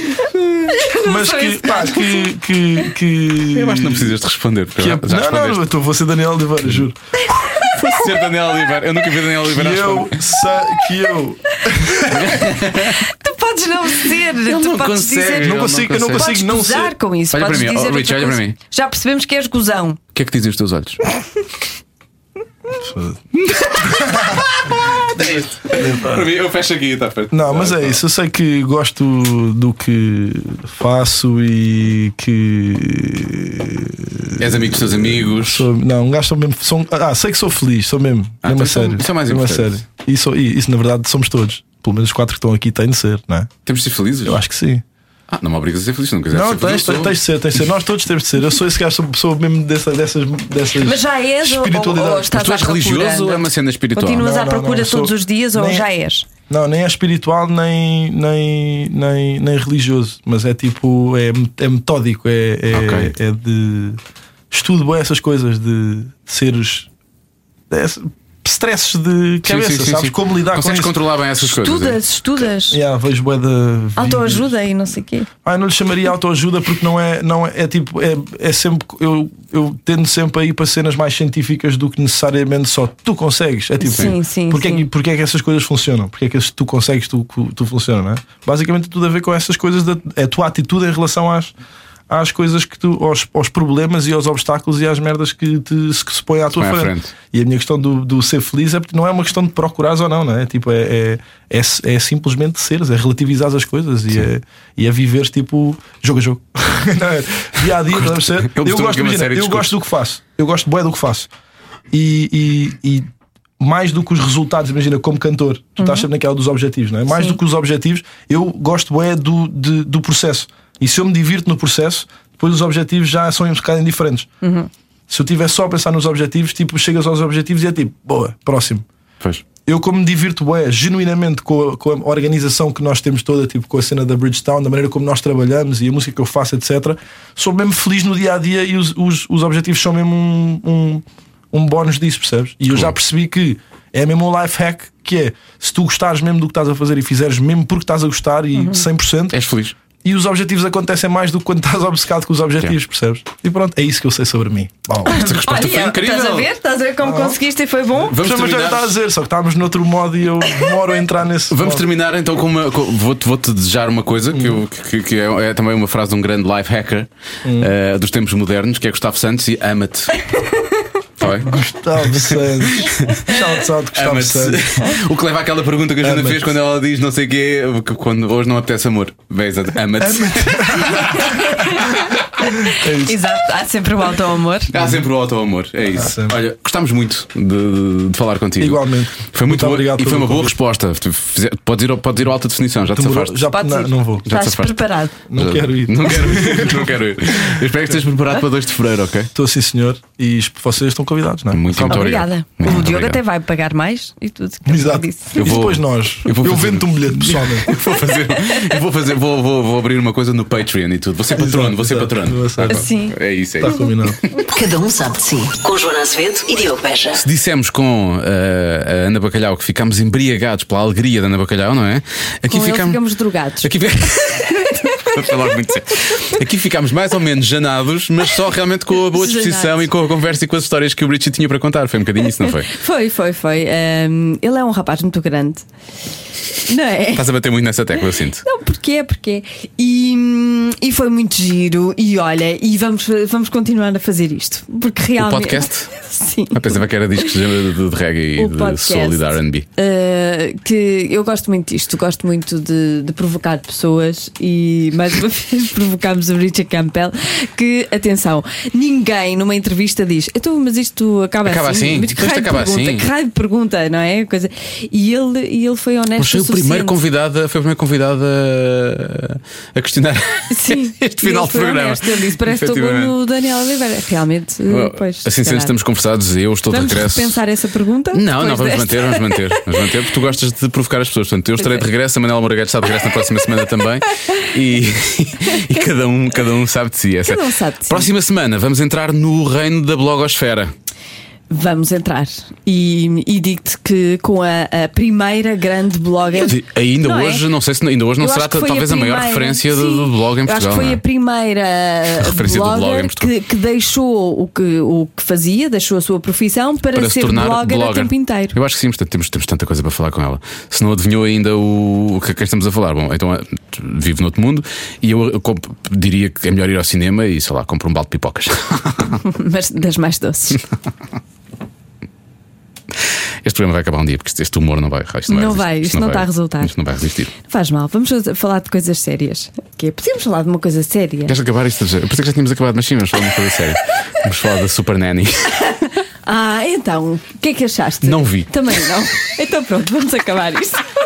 Speaker 4: Mas que, pá, que, que, que.
Speaker 2: Eu acho que não precisas de responder. Porque
Speaker 4: que
Speaker 2: já,
Speaker 4: é-
Speaker 2: já
Speaker 4: não, não,
Speaker 2: respondeste.
Speaker 4: eu tô- vou ser Daniel Oliveira, juro.
Speaker 2: Ser Daniel Oliveira. Eu nunca vi Daniel
Speaker 4: Que
Speaker 2: Oliveira a responder.
Speaker 4: eu, sa- que eu
Speaker 3: Tu podes não ser, tu
Speaker 2: Então não
Speaker 3: podes
Speaker 2: consegue.
Speaker 3: dizer.
Speaker 2: Ele
Speaker 4: não
Speaker 2: não
Speaker 4: consigo, eu
Speaker 2: consegue.
Speaker 3: Podes
Speaker 4: não consigo não
Speaker 3: gozar
Speaker 4: ser.
Speaker 3: com isso.
Speaker 2: Olha para
Speaker 3: podes
Speaker 2: mim,
Speaker 3: dizer
Speaker 2: oh, Rich,
Speaker 3: outra
Speaker 2: olha para
Speaker 3: coisa.
Speaker 2: mim.
Speaker 3: Já percebemos que és gozão.
Speaker 2: O que é que dizem os teus olhos? Para mim, eu fecho aqui e está feito.
Speaker 4: Não, mas é isso. Eu sei que gosto do que faço e que
Speaker 2: És amigo dos teus amigos.
Speaker 4: Sou- não, um gajo sou mesmo. Sou, ah, sei que sou feliz, sou mesmo.
Speaker 2: Ah,
Speaker 4: mesmo
Speaker 2: então
Speaker 4: a
Speaker 2: isso é-
Speaker 4: sério.
Speaker 2: isso é mais
Speaker 4: mesmo a
Speaker 2: importante.
Speaker 4: sério. E sou- e isso, na verdade, somos todos. Pelo menos os quatro que estão aqui têm de ser, não é?
Speaker 2: Temos de ser felizes?
Speaker 4: Eu acho que sim.
Speaker 2: Ah, não me obrigas a ser feliz, se não quiseres
Speaker 4: Não,
Speaker 2: ser feliz.
Speaker 4: tens, tens,
Speaker 2: sou.
Speaker 4: tens de ser, tens de ser. Nós todos temos de ser. Eu sou esse gajo, sou, sou mesmo dessa, dessas, dessas.
Speaker 3: Mas já és ou, ou, ou
Speaker 4: espiritualidades.
Speaker 3: estás
Speaker 2: tu és
Speaker 3: à procura?
Speaker 2: religioso ou é uma cena espiritual?
Speaker 3: Continuas
Speaker 4: Não,
Speaker 3: à
Speaker 4: não, não,
Speaker 3: procura
Speaker 4: eu sou-
Speaker 3: todos os dias ou
Speaker 4: nem-
Speaker 3: já és?
Speaker 4: Não, nem é espiritual, nem, nem, nem, nem religioso. Mas é tipo. É, é metódico. É, é,
Speaker 2: Ok.
Speaker 4: é de. Estudo bem essas coisas de seres. É, stresses de
Speaker 2: Sim, sim,
Speaker 4: cabeça,
Speaker 2: sim, sim.
Speaker 4: sabes? Como lidar com
Speaker 2: Consegues
Speaker 4: isso.
Speaker 2: controlar bem essas coisas.
Speaker 3: Estudas, estudas.
Speaker 4: Yeah, vejo bué de
Speaker 3: Autoajuda e não sei o quê.
Speaker 4: Ah, não lhe chamaria autoajuda porque não é, não é, é tipo, é, é sempre, eu, eu tendo sempre aí para cenas mais científicas do que necessariamente só tu consegues. É tipo,
Speaker 3: Sim, sim,
Speaker 4: porque, É
Speaker 3: sim.
Speaker 4: que, porque é que essas coisas funcionam? Porque é que esse tu consegues, tu, tu funciona, não é? Basicamente tudo a ver com essas coisas, da, é a tua atitude em relação às, às coisas que tu, aos, aos problemas e aos obstáculos e às merdas que, te, que se põem à tua
Speaker 2: põem à
Speaker 4: frente.
Speaker 2: frente.
Speaker 4: E a minha questão do, do ser feliz é porque não é uma questão de procurares ou não, não é? Tipo, é, é, é, é simplesmente seres, é relativizares as coisas e é, e é viveres tipo jogo a jogo. *laughs* Não é? dia a dia, deve ser.
Speaker 2: Eu costumo
Speaker 4: Eu, gosto,
Speaker 2: ver uma
Speaker 4: imagina,
Speaker 2: série de
Speaker 4: eu gosto
Speaker 2: discursos.
Speaker 4: do que faço, eu gosto bué do que faço. E, e- e mais do que os resultados, imagina, como cantor, tu estás sempre naquela dos objetivos, não é? Mais do que os objetivos, eu gosto bué do, de- do processo. E se eu me divirto no processo, depois os objetivos já são um bocado indiferentes. Se eu estiver só a pensar nos objetivos, tipo, chegas aos objetivos e é tipo, boa, próximo.
Speaker 2: Pois.
Speaker 4: Eu, como me divirto bué, genuinamente com a, com a organização que nós temos toda, tipo com a cena da Bridgestone, da maneira como nós trabalhamos e a música que eu faço, etc., sou mesmo feliz no dia a dia e os, os, os objetivos são mesmo um, um, um bónus disso, percebes? E eu já percebi que é mesmo um life hack que é se tu gostares mesmo do que estás a fazer e fizeres mesmo porque estás a gostar e 100%,
Speaker 2: És feliz.
Speaker 4: e os objetivos acontecem mais do que quando estás *laughs* obcecado com os objetivos, percebes? E pronto, é isso que eu sei sobre mim. Bom.
Speaker 2: Esta resposta foi
Speaker 3: Olha,
Speaker 2: incrível.
Speaker 3: estás a ver? Estás a ver
Speaker 4: Oh.
Speaker 3: como conseguiste e foi bom?
Speaker 2: Vamos
Speaker 4: Mas já
Speaker 2: terminar.
Speaker 4: está a dizer, só que estávamos noutro modo e eu demoro a entrar nesse.
Speaker 2: Vamos
Speaker 4: modo.
Speaker 2: terminar então com uma. com- vou-te, vou-te desejar uma coisa que, eu- que- que é, é também uma frase de um grande life hacker eh, dos tempos modernos, que é Gustavo Santos e ama-te. Tá bem?
Speaker 4: Gustavo *laughs* Santos. Shout out Gustavo
Speaker 2: Ama-te.
Speaker 4: Santos.
Speaker 2: *laughs* o que leva àquela pergunta que a Jana
Speaker 4: Ama-te.
Speaker 2: fez quando ela diz não sei o quê, que quando hoje não apetece amor. Vês, ama-te.
Speaker 3: Exato, há sempre o auto-amor.
Speaker 2: Há sempre o auto-amor, é isso.
Speaker 4: sempre.
Speaker 2: Olha, gostámos muito de, de falar contigo.
Speaker 4: Igualmente.
Speaker 2: Foi muito,
Speaker 4: Muito
Speaker 2: boa,
Speaker 4: obrigado
Speaker 2: E foi
Speaker 4: pelo
Speaker 2: uma boa
Speaker 4: convite.
Speaker 2: resposta. Tu fize- Podes ir, ao- podes ir ao alta definição, já te
Speaker 4: Demorou-
Speaker 2: safaste.
Speaker 4: já,
Speaker 3: Podes
Speaker 4: não,
Speaker 3: ir.
Speaker 4: não vou.
Speaker 2: Já te
Speaker 3: Estás
Speaker 2: safaste.
Speaker 3: preparado.
Speaker 4: Não quero ir.
Speaker 2: Não quero ir, *laughs* não quero ir. Eu espero que estejas preparado para 2 de fevereiro, ok?
Speaker 4: Estou sim, senhor. E es- vocês estão convidados, não é?
Speaker 2: Muito, muito
Speaker 3: Obrigada.
Speaker 2: obrigado. Muito
Speaker 3: o Diogo
Speaker 2: obrigado.
Speaker 3: até vai pagar mais e tudo. que eu
Speaker 4: Exato.
Speaker 3: disse.
Speaker 2: Eu
Speaker 4: e
Speaker 2: vou-
Speaker 4: depois nós.
Speaker 2: eu
Speaker 4: Eu,
Speaker 2: vou fazer-
Speaker 4: vendo-te um bilhete pessoalmente.
Speaker 2: Vou
Speaker 4: *laughs*
Speaker 2: fazer, eu vou, fazer vou, vou, vou abrir uma coisa no Patreon e tudo. Vou ser patrono,
Speaker 4: Exato,
Speaker 2: vou ser
Speaker 4: exato.
Speaker 2: patrono.
Speaker 4: Vou ser.
Speaker 2: Tá bom.
Speaker 3: Sim.
Speaker 2: É isso, é *laughs*
Speaker 4: Está
Speaker 2: isso.
Speaker 4: combinado.
Speaker 1: Cada um sabe de si. Com Joana Azevedo e Diogo Beja.
Speaker 2: Se dissemos com eh, a Ana Bacalhau que ficámos embriagados pela alegria da Ana Bacalhau, não é? Aqui
Speaker 6: Com ele ficamos drogados. *laughs*
Speaker 2: Aqui, fi- Foi logo muito sério. Aqui ficámos mais ou menos janados, mas só realmente com a boa disposição
Speaker 6: Janados.
Speaker 2: e com a conversa e com as histórias que o Richie tinha para contar. Foi um bocadinho isso,
Speaker 6: *laughs*
Speaker 2: não
Speaker 3: *laughs*
Speaker 2: foi?
Speaker 6: Foi, foi, foi. Ahm,
Speaker 3: Hum,
Speaker 6: ele é um rapaz muito grande. Não é?
Speaker 3: é?
Speaker 2: Tá. Estás a bater muito nessa tecla, eu sinto.
Speaker 6: Não, porque é, porque é. E hum,
Speaker 3: E foi muito giro. E olha, e vamos, vamos continuar a fazer isto. Porque realmente.
Speaker 2: podcast?
Speaker 3: *laughs* Sim.
Speaker 2: Eu pensava que era discos de, de, de reggae e
Speaker 3: O
Speaker 2: de
Speaker 3: podcast.
Speaker 2: soul e de RB.
Speaker 3: Uh, que eu gosto muito disto, gosto muito de, de provocar pessoas e mais uma *laughs* vez provocámos o Richard Campbell. Que, atenção, ninguém numa entrevista diz: então, mas isto acaba,
Speaker 2: Acaba assim?
Speaker 3: Mas que
Speaker 2: Isto
Speaker 3: raio de
Speaker 2: acaba
Speaker 3: pergunta,
Speaker 2: assim?"
Speaker 3: que raio de pergunta, não é? Coisa. E, ele, e ele foi honesto.
Speaker 2: Mas foi o
Speaker 3: suficiente.
Speaker 2: primeiro convidado, foi o primeiro convidado a, a questionar
Speaker 3: *laughs* Sim,
Speaker 2: *laughs* este
Speaker 3: e
Speaker 2: final
Speaker 3: ele
Speaker 2: de
Speaker 3: foi
Speaker 2: programa.
Speaker 3: honesto, ele disse, parece que estou
Speaker 2: Efetivamente.
Speaker 3: com o Daniel Oliveira. Realmente,
Speaker 2: Well,
Speaker 3: pois.
Speaker 2: assim sendo,
Speaker 3: se calhar.
Speaker 2: estamos conversados, eu estou
Speaker 3: Vamos
Speaker 2: de regresso.
Speaker 3: repensar essa pergunta?
Speaker 2: Não, não, vamos
Speaker 3: depois
Speaker 2: manter, vamos manter, vamos manter, porque tu gostas de provocar as pessoas. Portanto, eu estarei
Speaker 3: é.
Speaker 2: de regresso, a Manuela Moragalho está de regresso na próxima semana também. E, *laughs* e cada, um, cada um sabe de si. Essa.
Speaker 3: Cada um sabe de si.
Speaker 2: Próxima semana vamos entrar no reino da blogosfera.
Speaker 3: Vamos entrar. E, e digo-te que com a, a primeira grande blogger.
Speaker 2: Eu di- Ainda
Speaker 3: Não é?
Speaker 2: hoje, não sei se ainda hoje não
Speaker 3: Eu
Speaker 2: será
Speaker 3: acho que foi
Speaker 2: talvez a, maior
Speaker 3: primeira-
Speaker 2: referência do-
Speaker 3: Sim,
Speaker 2: do blog em
Speaker 3: eu
Speaker 2: Portugal.
Speaker 3: Acho que
Speaker 2: não
Speaker 3: foi
Speaker 2: é?
Speaker 3: a
Speaker 2: *laughs*
Speaker 3: primeira
Speaker 2: referência do blog
Speaker 3: blogger
Speaker 2: em Portugal.
Speaker 3: que, que deixou o que, o que fazia, deixou a sua profissão para,
Speaker 2: para se
Speaker 3: ser
Speaker 2: tornar
Speaker 3: blogger, o tempo inteiro.
Speaker 2: Eu acho que sim, portanto temos, temos tanta coisa para falar com ela. Se não adivinhou ainda o, o que é que estamos a falar, bom, então eh, vive noutro mundo e eu, eh, comp- diria que é melhor ir ao cinema e sei lá, compro um balde de pipocas. *laughs*
Speaker 3: Mas das mais doces.
Speaker 2: Este programa vai acabar um dia porque este- este humor não vai. ah, Isto
Speaker 3: Não vai,
Speaker 2: resistir,
Speaker 3: isto não está a resultar.
Speaker 2: Isto não vai resistir.
Speaker 3: Faz mal, vamos falar de coisas sérias. Que é, podíamos falar de uma coisa séria.
Speaker 2: Queres acabar isto? Eu pensei que já tínhamos acabado, mas sim, vamos falar de uma coisa séria. Vamos falar da Super Nanny.
Speaker 3: Ah, então, o que é que achaste?
Speaker 2: Não vi. *laughs*
Speaker 3: Também não. Então pronto, vamos acabar isto.